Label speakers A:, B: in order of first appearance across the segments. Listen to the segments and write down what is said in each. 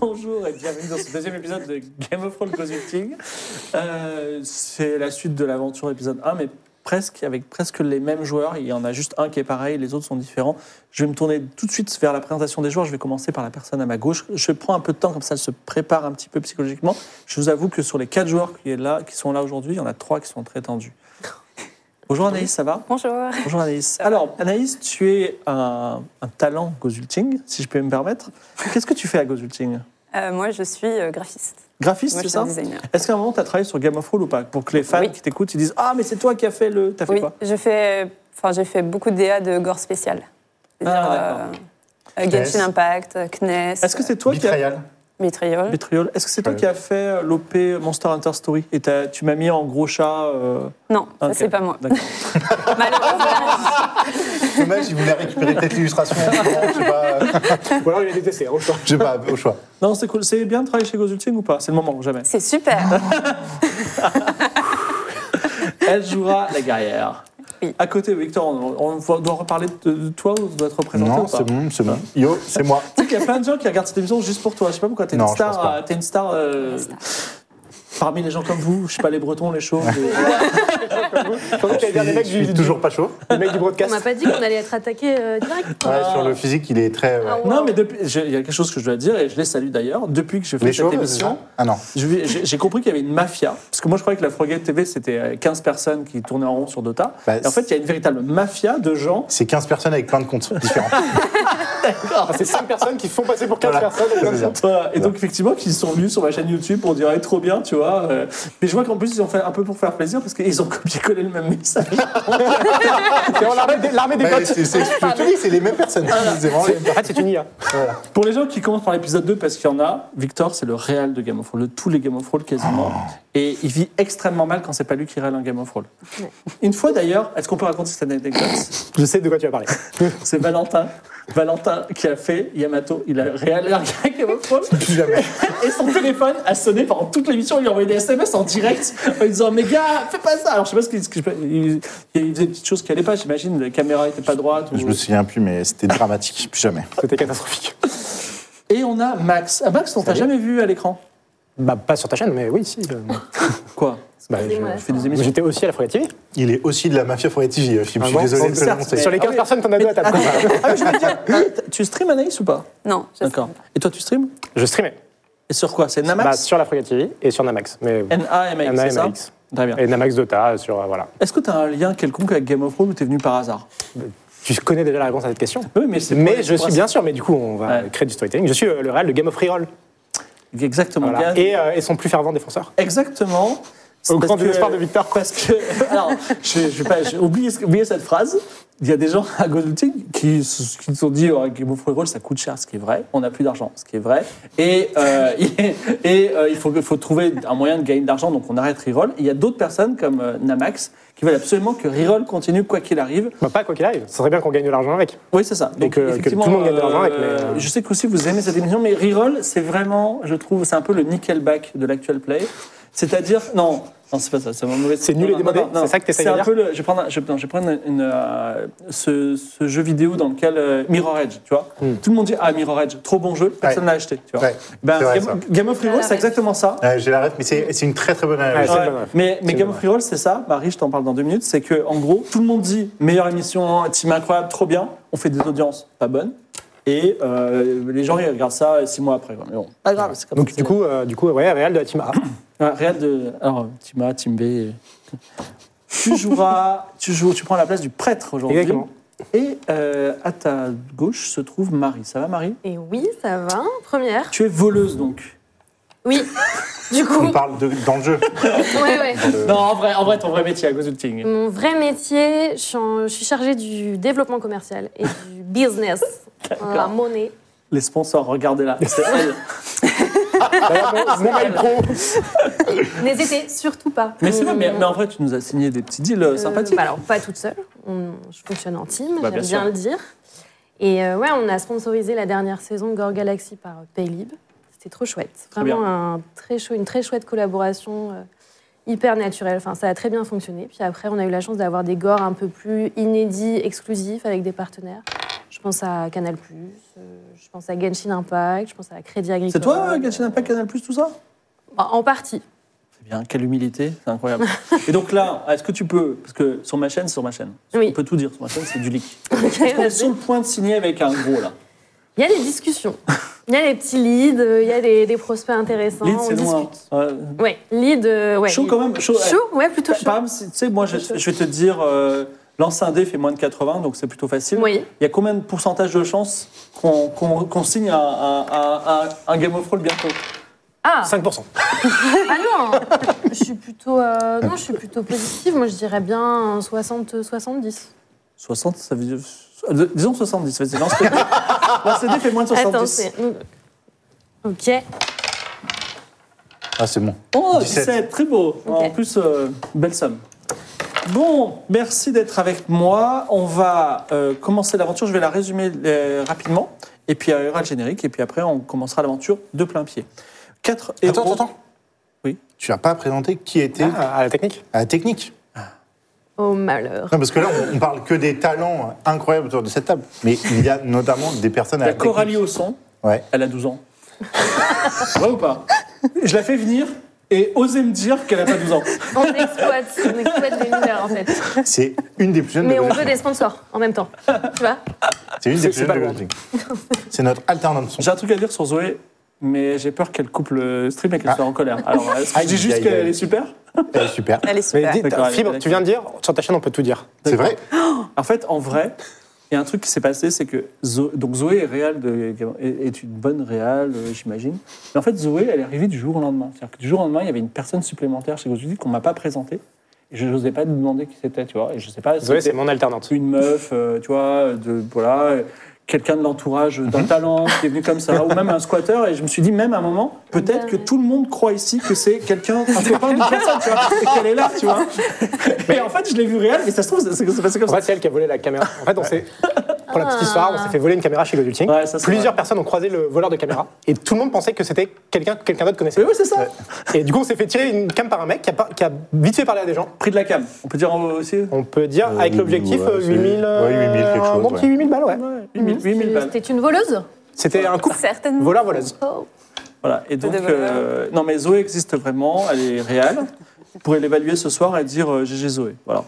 A: Bonjour et bienvenue dans ce deuxième épisode de Game of Thrones Consulting. Euh, c'est la suite de l'aventure épisode 1, mais presque avec presque les mêmes joueurs. Il y en a juste un qui est pareil, les autres sont différents. Je vais me tourner tout de suite vers la présentation des joueurs. Je vais commencer par la personne à ma gauche. Je prends un peu de temps, comme ça elle se prépare un petit peu psychologiquement. Je vous avoue que sur les quatre joueurs qui, est là, qui sont là aujourd'hui, il y en a trois qui sont très tendus. Bonjour Anaïs, ça va
B: Bonjour.
A: Bonjour Anaïs. Alors Anaïs, tu es un, un talent Gozulting, si je peux me permettre. Qu'est-ce que tu fais à Gozulting
B: Euh, moi, je suis euh, graphiste.
A: Graphiste,
B: Moi, je
A: c'est
B: suis un
A: ça
B: designer.
A: Est-ce qu'à un moment, tu as travaillé sur Game of Thrones ou pas Pour que les fans
B: Oui.
A: qui t'écoutent, ils disent Ah, mais c'est toi qui as fait le. T'as fait
B: Oui,
A: quoi
B: je fais, enfin, j'ai fait beaucoup de DA de gore spécial. C'est-à-dire,
A: Ah,
B: euh, euh, Genshin
C: Kness.
B: Impact, euh, Kness,
A: Est-ce que c'est toi qui as.
C: Betrayal.
B: Betrayal.
A: Betrayal. Est-ce que c'est toi
C: Ouais.
A: qui as fait l'OP Monster Hunter Story Et t'as- tu m'as mis en gros chat. euh,
B: Non, ça,
A: Ok.
B: c'est pas moi.
A: D'accord.
B: Malheureusement,
C: Dommage, il voulait récupérer peut-être l'illustration. je sais pas,
D: Ou alors il a détesté, au choix.
C: je sais pas, au choix.
A: Non, c'est cool. C'est bien de travailler chez Gozulting ou pas C'est le moment, jamais.
B: c'est super.
A: Elle jouera la guerrière.
B: Oui.
A: À côté, Victor, on, on voit- doit reparler de, de toi ou on doit te représenter ou
C: Non,
A: pas
C: c'est bon, c'est bon. Yo, c'est moi.
A: Tu sais qu'il y a plein de gens qui regardent cette émission juste pour toi. Je sais pas pourquoi. T'es une
C: Non, je pense
A: star.
C: pas.
A: euh, T'es une star. euh, Parmi les gens comme vous, je sais pas, les Bretons, les Chauves. les-
D: Pendant qu'il y a les
C: Je
D: mecs
C: suis
D: du,
C: toujours pas chaud.
D: les mecs du
E: On m'a
D: broadcast.
E: pas dit qu'on allait être attaqué euh, direct.
C: Ouais,
D: Ah.
C: sur le physique, il est très. ouais.
E: Ah ouais.
A: Non, mais depuis, j'ai- il y a quelque chose que je dois dire, et je les salue d'ailleurs. Depuis que je fais
C: Les
A: cette
C: chauves, c'est
A: émission,
C: ça Ah non.
A: je vis- j'ai j'ai compris qu'il y avait une mafia. Parce que moi, je croyais que la Frogate TV, c'était euh, 15 personnes qui tournaient en rond sur Dota.
C: Bah,
A: et en fait, il y a une véritable mafia de gens.
C: C'est 15 personnes avec plein de comptes différents.
D: Ah, c'est 5 personnes qui font passer pour 15
C: Voilà.
D: personnes.
C: C'est ça.
A: Voilà. Et donc, effectivement, qui sont venus sur ma chaîne YouTube pour dire, Eh, trop bien, tu vois. euh. Mais je vois qu'en plus, ils ont fait un peu pour faire plaisir parce qu'ils ont copié-collé le même message.
D: C'est vraiment l'armée des, l'armée des
C: Bah,
D: bots.
C: c'est- c'est- Je te dis, c'est les mêmes personnes. C'est vraiment les mêmes
D: En fait, Ah, c'est une IA.
A: Pour les gens qui commencent par l'épisode 2, parce qu'il y en a, Victor, c'est le réel de Game of Thrones, de tous les Game of Thrones quasiment.
C: Ah.
A: Et il vit extrêmement mal quand c'est pas lui qui réel un Game of Thrones. Une fois d'ailleurs, est-ce qu'on peut raconter cette anecdote
D: Je sais de quoi tu vas parler.
A: C'est Valentin. Valentin qui a fait Yamato, il a réel un Game of Thrones.
C: personnes. Jamais.
A: Et son téléphone a sonné pendant toute l'émission, il lui a envoyé des SMS en direct en lui disant Mais gars, fais pas ça Alors je sais pas ce qu'il. ce qu'il- Il, il faisait des petites choses qui allaient pas, j'imagine, la caméra était pas droite. ou-
C: Je me souviens plus, mais c'était dramatique. Plus jamais.
D: C'était catastrophique.
A: Et on a Max. Ah, Max, on t'a
D: Salut.
A: jamais vu à l'écran
D: Bah, pas sur ta chaîne, mais oui, si. euh,
A: Quoi
D: bah,
E: Excusez-moi.
A: Je fais des
D: je-
A: émissions.
D: J'étais aussi à la Frogate TV.
C: Il est aussi de la mafia Forêt TV, euh, Philippe.
D: Ah
C: Je suis
D: bon
C: désolé de
D: Bon,
C: te
A: certes,
C: l'annoncer.
A: mais-
D: Sur les
A: Ah
D: 15
A: oui.
D: personnes, t'en as deux à table.
A: Ah, mais je veux dire, euh, tu stream Anaïs ou pas
B: non. je sais
A: D'accord. Et toi, tu stream
D: Je streamais.
A: Et sur quoi C'est
D: Bah,
A: Namax
D: sur la Frogate TV et sur Namax. Mais
A: N-A-M-A-X, c'est ça
D: NAMX.
A: Très bien.
D: Et Namax Dota, sur. euh, voilà.
A: Est-ce que tu as un lien quelconque avec Game of Thrones ou t'es venu par hasard
D: Tu connais déjà la réponse à cette question
A: Oui, mais c'est
D: mais
A: pour-
D: je
A: pour-
D: suis bien sûr, mais du coup, on va
A: Ouais.
D: créer du storytelling. Je suis euh, le réel de Game of Reroll
A: Exactement.
D: voilà.
A: Gaz.
D: et, euh, et son plus fervent défenseur.
A: Exactement.
D: Au
A: Parce
D: grand
A: que-
D: désespoir de Victor.
A: Parce que. Alors, je, je vais pas. J'ai oublié, ce- oublié cette phrase. Il y a des gens à Godulting qui se qui se sont dit oh, Game of Thrones, ça coûte cher, ce qui est vrai. On n'a plus d'argent, ce qui est vrai. Et, euh, et euh, il faut, faut trouver un moyen de gagner de l'argent, donc on arrête Reroll. Et Il y a d'autres personnes comme euh, Namax qui veulent absolument que Reroll continue quoi qu'il arrive.
D: Bah, pas quoi qu'il arrive, ça serait bien qu'on gagne de l'argent avec.
A: Oui, c'est ça.
D: que- que
A: effectivement,
D: tout le monde gagne de l'argent avec,
A: euh,
D: mais, euh,
A: Je sais que aussi vous aimez cette émission, mais Reroll, c'est vraiment, je trouve, c'est un peu le nickelback de l'actual play. C'est-à-dire, non, non, c'est pas ça, c'est un mauvais.
D: C'est nul
A: non,
D: et
A: non,
D: démodé,
A: non, non,
D: c'est ça que t'essayes de
A: C'est un
D: dire
A: peu le, je vais prendre, un- je, non, je vais prendre une, euh, ce, ce jeu vidéo dans lequel euh, Mirror Edge, tu vois.
D: Hmm.
A: Tout le monde dit ah Mirror Edge, trop bon jeu, personne
C: Ouais.
A: n'a acheté, tu vois.
C: Ouais,
A: Ben,
C: c'est vrai, ça.
A: Game, Game of Reroll, c'est exactement ça.
C: Ouais, Euh, J'ai la ref, mais c'est c'est une très très bonne
D: Ouais,
C: analyse.
D: c'est
A: Ouais,
D: une bonne ref.
A: mais mais
D: une
A: Game
D: bonne
A: of Thrones, c'est ça. Marie, je t'en parle dans deux minutes. C'est que en gros, tout le monde dit meilleure émission, team incroyable, trop bien. On fait des audiences pas bonnes. Et euh, les gens ils regardent ça six mois après. quoi. Mais bon, Ah. pas grave. c'est comme
D: Donc,
A: ça.
D: du coup, euh, du coup, ouais, réel de la team A.
A: Ouais, regarde de. Alors, team euh. A, team B. Tu joueras. tu, joues, tu prends la place du prêtre aujourd'hui.
D: Exactement.
A: Et euh, à ta gauche se trouve Marie. Ça va, Marie
E: Et oui, ça va. Première.
A: Tu es voleuse donc.
E: Oui. Du
C: On
E: coup,
C: parle de, dans le jeu.
E: ouais, ouais.
D: Euh.
A: Non, en vrai, en vrai ton vrai métier à Gozulting.
E: Mon vrai métier, je suis en- je suis chargée du développement commercial et du business, la monnaie.
A: Les sponsors, regardez-la. C'est elle.
D: Ah, bah, Mobile Pro.
E: N'hésitez surtout pas.
A: Mais c'est
E: Mon-
A: vrai, mais, mais en vrai, tu nous as signé des petits deals euh, sympathiques.
E: Euh, bah alors, pas toute seule. On- je fonctionne en team,
A: Bah, bien
E: j'aime
A: sûr.
E: bien le dire. Et euh, ouais, on a sponsorisé la dernière saison de Gore Galaxy par euh, Paylib. C'était trop chouette. Vraiment
A: bien.
E: un très chou- une très chouette collaboration, euh, hyper naturelle. Enfin, ça a très bien fonctionné. Puis après, on a eu la chance d'avoir des Gore un peu plus inédits, exclusifs avec des partenaires. Je pense à Canal+, euh, je pense à Genshin Impact, je pense à Crédit Agricole.
A: C'est toi, euh, Genshin Impact, Canal Plus, tout ça
E: Bah, En partie.
A: C'est bien, quelle humilité, c'est incroyable. Et donc là, est-ce que tu peux, parce que sur ma chaîne, sur ma chaîne,
E: Oui.
A: on peut tout dire sur ma chaîne, c'est du leak.
E: Ok,
A: On est
E: vas-y.
A: sur le point de signer avec un gros là.
E: Il y a des discussions. Il y a des petits leads, euh, il y a des, des prospects intéressants.
A: Lead,
E: on
A: c'est
E: discute.
A: loin. Ouais.
E: Ouais, lead. euh, ouais,
A: Chaud
E: lead.
A: quand même, chaud, ouais.
E: Chaud, ouais, plutôt
A: Par
E: chaud.
A: exemple, si- tu sais, moi, je, je vais te dire, euh, lance un dé fait moins de 80, donc c'est plutôt facile.
E: Oui.
A: Il y a combien de pourcentage de chances qu'on qu'on- qu'on signe un, un- un- un- un Game of Thrones bientôt
E: Ah,
D: 5%.
E: ah non Je suis plutôt, euh, non, je suis plutôt positive. Moi, je dirais bien un 60-70.
A: 60, ça veut dire. euh, Disons 70, vas-y, lance le dé. Lance le dé fait moins de 70.
E: Attends, c'est. Ok.
C: Ah, c'est bon.
A: Oh, 17,
C: 17.
A: très beau.
E: Ok.
A: En plus, euh, belle somme. Bon, merci d'être avec moi. On va euh, commencer l'aventure. Je vais la résumer euh, rapidement. Et puis, euh, il y aura le générique. Et puis après, on commencera l'aventure de plein pied. Quatre
C: Attends,
A: héros-
C: attends, attends.
A: Oui.
C: Tu n'as pas présenté qui était
D: Ah, à la technique.
C: à la technique.
E: Oh malheur.
C: Non, parce que là, on, on parle que des talents incroyables autour de cette table. Mais il y a notamment des personnes à
A: Il y
C: la
A: a Coralie
C: Ah, technique.
A: au son.
C: Ouais.
A: Elle a 12 ans. Vrai ou pas Je la fais venir et oser me dire qu'elle a pas 12 ans.
E: On exploite, on exploite les mineurs en fait.
C: C'est une des plus jeunes
E: Mais
C: de
E: on
C: Golding.
E: veut des sponsors en même temps. Tu vois
C: C'est une des
D: C'est-
C: plus
D: c'est
C: jeunes
D: pas
C: de
D: loin.
C: Golding. C'est notre alternante son.
A: J'ai un truc à dire sur Zoé, mais j'ai peur qu'elle coupe le stream et qu'elle soit en colère. Alors, est-ce que je dis
C: Ah. Aïe,
A: juste
C: aïe, aïe.
A: qu'elle est super
C: Elle est super.
B: Elle est
D: Mais
B: super.
D: dites,
A: D'accord, allez,
D: Fibre,
A: allez.
D: tu viens de dire, sur ta chaîne, on peut tout dire.
C: C'est vrai
A: En fait, en vrai, il y a un truc qui s'est passé, c'est que Zo- donc Zoé est réelle de- est, est une bonne réelle, euh, j'imagine. Mais en fait, Zoé, elle est arrivée du jour au lendemain. C'est-à-dire que du jour au lendemain, il y avait une personne supplémentaire chez Gozuti qu'on m'a pas présentée. Et je n'osais pas demander qui c'était, tu vois. Et je sais pas.
D: Zoé,
A: c'était-
D: c'est mon alternante.
A: une meuf, euh, tu vois, de, voilà, euh, quelqu'un de l'entourage
C: Mhm.
A: d'un talent qui est venu comme ça, ou même un squatter. Et je me suis dit, même à un moment, peut-être que tout le monde croit ici que c'est quelqu'un, un copain d'une personne, tu vois, et qu'elle est là, tu vois. Mais en fait, je l'ai vu réel, mais ça se trouve, c'est c'est passé comme
D: En
A: ça.
D: fait, c'est elle qui a volé la caméra. En fait, on s'est. Pour la petite histoire, on s'est fait voler une caméra chez Godulting.
A: Ah. Ouais, ça, c'est
D: Plusieurs
A: vrai.
D: personnes ont croisé le voleur de caméra et tout le monde pensait que c'était quelqu'un que quelqu'un d'autre connaissait.
A: Mais oui, c'est ça.
D: Et du coup, on s'est fait tirer une cam par un mec qui a, pas- qui a vite fait parler à des gens.
A: Prix de la cam, on peut dire en- aussi
D: On peut dire, avec
C: oui,
D: l'objectif,
C: ouais,
D: euh,
C: c'est-
D: 8000. euh,
C: ouais, 8000, quelque
D: Un
C: chose,
D: bon petit
C: ouais.
D: 8000 balles, ouais.
A: 8000 8000 balles.
E: C'était une voleuse
D: C'était un couple.
B: Certainement.
D: Voleur-voleuse.
E: Oh.
A: Voilà. Et donc,
B: des voleurs.
A: euh, non, mais Zoé existe vraiment, elle est réelle. Vous pourrez l'évaluer ce soir et dire euh, GG Zoé. Voilà.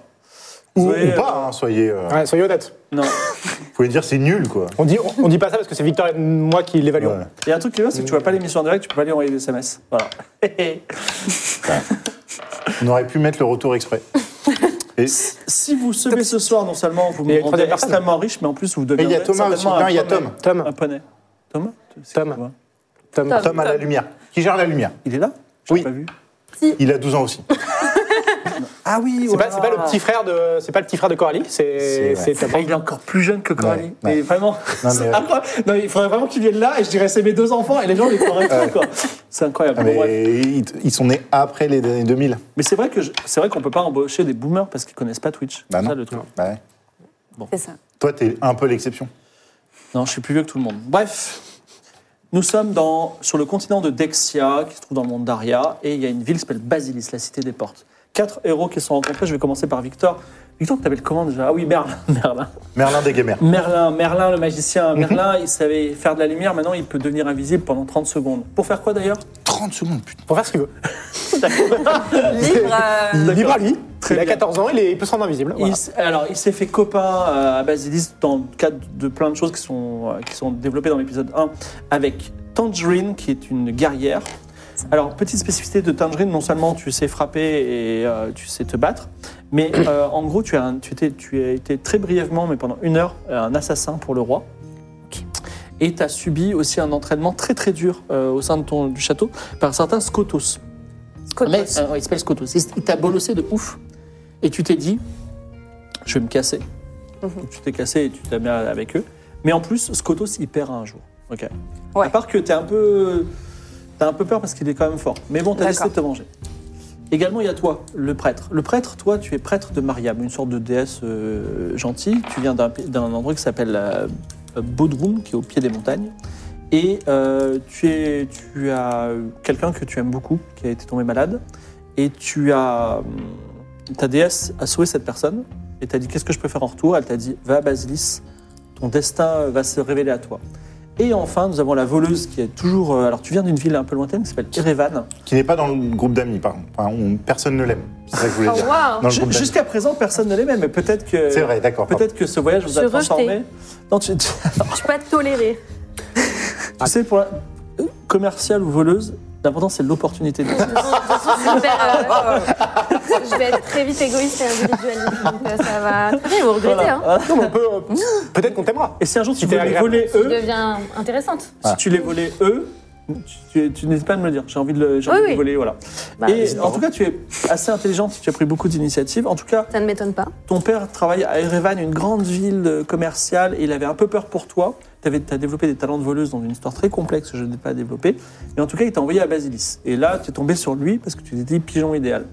C: Ou,
A: Zoé,
C: ou pas, hein, soyez. euh,
D: Ouais, soyez honnêtes.
A: Non.
C: Vous pouvez dire c'est nul, quoi.
D: On dit, on, on dit pas ça parce que c'est Victor et moi qui l'évaluons.
C: Ouais.
A: Il y a un truc qui est bien, c'est que tu vois pas l'émission en direct, tu peux pas lui envoyer des SMS. Voilà.
C: On aurait pu mettre le retour exprès. Et
A: Si vous sevez ce soir, non seulement vous
D: il y a
A: me
D: une
A: rendez
D: troisième personne.
A: extrêmement riche, mais en plus vous
C: et il
A: deviendrez
C: y a Thomas aussi.
A: certainement
C: Non,
A: un
C: il y a
A: poney.
C: Tom.
D: Tom,
A: Un poney. Thomas C'est
D: Tom.
A: quoi
D: Tom.
C: Tom à la lumière. Qui gère la lumière.
A: Il est là Je l'ai
C: Oui.
A: pas vu.
C: Il a 12 ans aussi.
A: Ah oui,
D: C'est pas, c'est pas le petit frère de, c'est pas le petit frère de Coralie, c'est,
C: C'est-
D: c'est Tom.
A: Ah, il est encore plus jeune que Coralie.
C: Ouais,
A: Mais
C: ouais.
A: vraiment,
C: Non, mais,
A: c'est
C: euh,
A: incroyable. Non, il faudrait vraiment qu'il vienne là et je dirais c'est mes deux enfants et les gens les croiraient trop, quoi. Ah, C'est incroyable. Bon,
C: Ah, Mais
A: bref.
C: ils, ils sont nés après les années 2000.
A: Mais c'est vrai que je- c'est vrai qu'on peut pas embaucher des boomers parce qu'ils connaissent pas Twitch.
C: Bah
A: C'est
C: non.
A: ça, le truc.
C: Bah ouais.
B: C'est ça.
C: Toi, t'es un peu l'exception.
A: Non, je suis plus vieux que tout le monde. Bref, nous sommes dans, sur le continent de Dexia, qui se trouve dans le monde d'Aria, et il y a une ville qui s'appelle Basilis, la cité des portes. Quatre héros qui se sont rencontrés, je vais commencer par Victor. Victor, tu t'appelles comment déjà Ah oui, Merlin, Merlin.
C: Merlin des gamers.
A: Merlin, Merlin le magicien. Merlin, il savait faire de la lumière, maintenant il peut devenir invisible pendant 30 secondes. Pour faire quoi d'ailleurs
C: 30 secondes, putain.
D: Pour faire ce qu'il veut.
B: Livre. euh,
D: Il vit pas lui.
A: Très
D: il a
A: bien.
D: 14 ans, il, est, il peut se rendre invisible.
A: Il
D: Voilà.
A: s- alors, il s'est fait copain euh, à Basilis dans le cadre de plein de choses qui sont, euh, qui sont développées dans l'épisode 1 avec Tangerine, qui est une guerrière. Alors, petite spécificité de Tangerine, non seulement tu sais frapper et euh, tu sais te battre, Mais euh, en gros, tu as, un- tu, t'es- tu as été très brièvement, mais pendant une heure, euh, un assassin pour le roi. Et tu as subi aussi un entraînement très très dur euh, au sein de ton, du château par certains Scotos.
B: Scotos.
A: Mais, euh, ouais, il s'appelle Scotos. Il il t'a bolossé de ouf. Et tu t'es dit, je vais me casser. Donc, Tu t'es cassé et tu t'as mis avec eux. Mais en plus, Scotos, il perd un jour. Ok.
B: Ouais.
A: À part que t'es un peu, t'as un peu peur parce qu'il est quand même fort. Mais bon, t'as
B: D'accord.
A: décidé de te venger. Également, il y a toi, le prêtre. Le prêtre, toi, tu es prêtre de Mariam, une sorte de déesse euh, gentille. Tu viens d'un pi- d'un endroit qui s'appelle euh, Bodrum, qui est au pied des montagnes. Et euh, tu, es, tu as quelqu'un que tu aimes beaucoup, qui a été tombé malade. Et tu as. hum, Ta déesse a sauvé cette personne. Et t'as dit Qu'est-ce que je peux faire en retour Elle t'a dit Va à Basilis, ton destin va se révéler à toi. Et enfin, nous avons la voleuse qui est toujours. euh, Alors, tu viens d'une ville un peu lointaine qui s'appelle Erevan.
C: Qui n'est pas dans le groupe d'amis, pardon. Enfin, on- personne ne l'aime. C'est ça que je voulais
E: Oh,
C: dire.
E: waouh
C: Dans le
A: Ju-
C: groupe d'amis.
A: Jusqu'à présent, personne ne l'aimait, mais peut-être que.
C: C'est vrai, d'accord. pardon.
A: Peut-être que ce voyage vous
E: Je
A: a
E: suis rejetée.
A: transformé. Non, tu, tu-
E: Je suis pas tolérée.
A: tu sais, pour la euh, commerciale ou voleuse, l'important c'est l'opportunité. de-
E: Super, euh, je vais être très vite égoïste et individualiste, donc euh, ça va. Très bien, ils vont regretter.
A: Voilà.
E: Hein.
A: Voilà.
D: Non, mais on peut, euh, peut-être qu'on t'aimera.
A: Et si un jour tu
D: C'était
A: veux les
D: agréable.
A: voler
F: Tu
A: eux,
F: deviens intéressante.
A: si tu les volais eux, tu, tu- tu n'hésites pas à me le dire. J'ai envie de le, j'ai
E: Oui,
A: envie de
E: oui.
A: le voler, voilà.
E: Bah,
A: et en tout cas, tu es assez intelligente, tu as pris beaucoup d'initiatives. En tout cas,
E: Ça ne m'étonne pas.
A: Ton père travaille à Erevan, une grande ville euh, commerciale, et il avait un peu peur pour toi. Tu as développé des talents de voleuse dans une histoire très complexe que je n'ai pas développée. Mais en tout cas, il t'a envoyé à Basilis. Et là, tu es tombé sur lui parce que tu t'es dit pigeon idéal.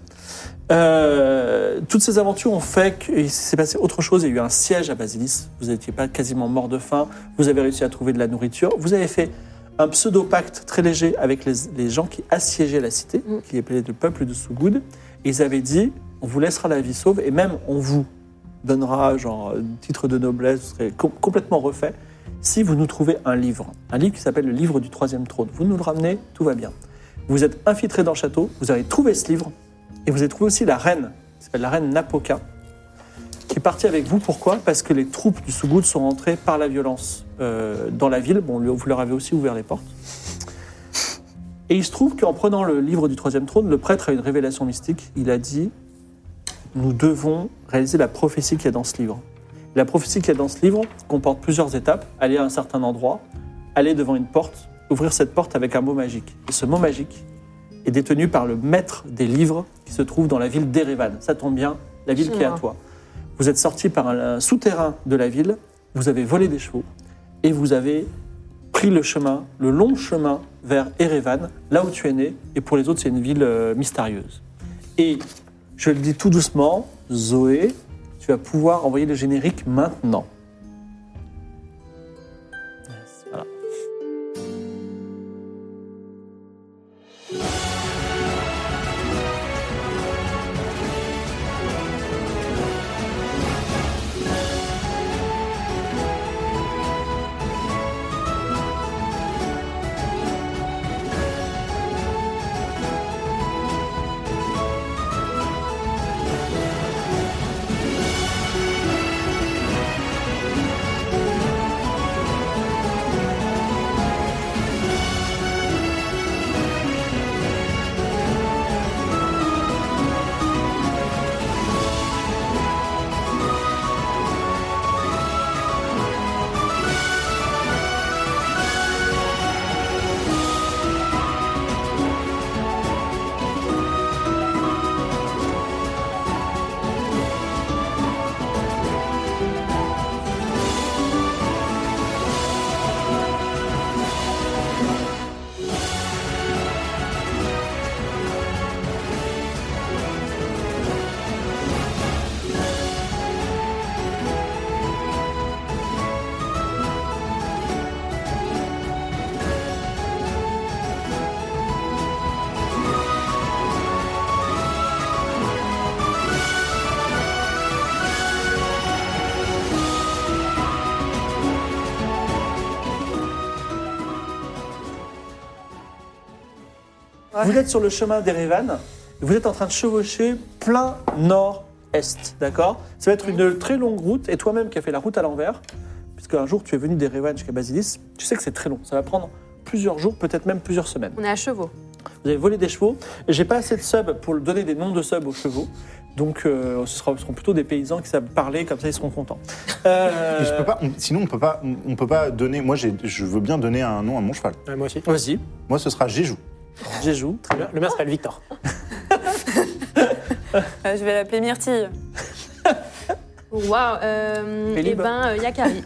A: Euh, toutes ces aventures ont fait qu'il s'est passé autre chose. Il y a eu un siège à Basilis. Vous n'étiez pas quasiment mort de faim. Vous avez réussi à trouver de la nourriture. Vous avez fait un pseudo-pacte très léger avec les, les gens qui assiégeaient la cité, qui appelaient le peuple de Sougoud. Et ils avaient dit on vous laissera la vie sauve et même on vous donnera genre un titre de noblesse, vous serez com- complètement refait si vous nous trouvez un livre, un livre qui s'appelle le livre du troisième trône. Vous nous le ramenez, tout va bien. Vous êtes infiltré dans le château, vous avez trouvé ce livre et vous avez trouvé aussi la reine, qui s'appelle la reine Napoca, qui est partie avec vous. Pourquoi Parce que les troupes du Sougoud sont rentrées par la violence euh, dans la ville. Bon, le- vous leur avez aussi ouvert les portes. Et il se trouve qu'en prenant le livre du troisième trône, le prêtre a une révélation mystique. Il a dit nous devons réaliser la prophétie qu'il y a dans ce livre. La prophétie qu'il y a dans ce livre comporte plusieurs étapes. Aller à un certain endroit, aller devant une porte, ouvrir cette porte avec un mot magique. Et ce mot magique est détenu par le maître des livres qui se trouve dans la ville d'Erevan. Ça tombe bien, la ville qui est à toi. Vous êtes sorti par un, un souterrain de la ville, vous avez volé des chevaux et vous avez pris le chemin, le long chemin vers Erevan, là où tu es né. Et pour les autres, c'est une ville euh, mystérieuse. Et je le dis tout doucement, Zoé, tu vas pouvoir envoyer le générique maintenant. Voilà. Vous êtes sur le chemin d'Erevan, vous êtes en train de chevaucher plein nord-est, d'accord Ça va être une très longue route, et toi-même qui as fait la route à l'envers, puisque un jour tu es venu d'Erevan jusqu'à Basilis, tu sais que c'est très long, ça va prendre plusieurs jours, peut-être même plusieurs semaines.
E: On est à chevaux.
A: Vous avez volé des chevaux, j'ai pas assez de subs pour donner des noms de subs aux chevaux, Donc, euh, ce, sera, ce seront plutôt des paysans qui savent parler, comme ça, ils seront contents. Euh,
C: Et je peux pas, on- sinon, on peut pas, on peut pas donner. Moi, j'ai- je veux bien donner un nom à mon cheval.
D: Ouais, moi aussi.
A: Vas-y,
C: Moi, ce sera Jéjou.
A: Jéjou.
D: Très bien. Le maire s'appelle Victor.
B: Euh, je vais l'appeler Myrtille.
E: Waouh, euh,
A: Félib.
E: eh ben, euh, Yakari.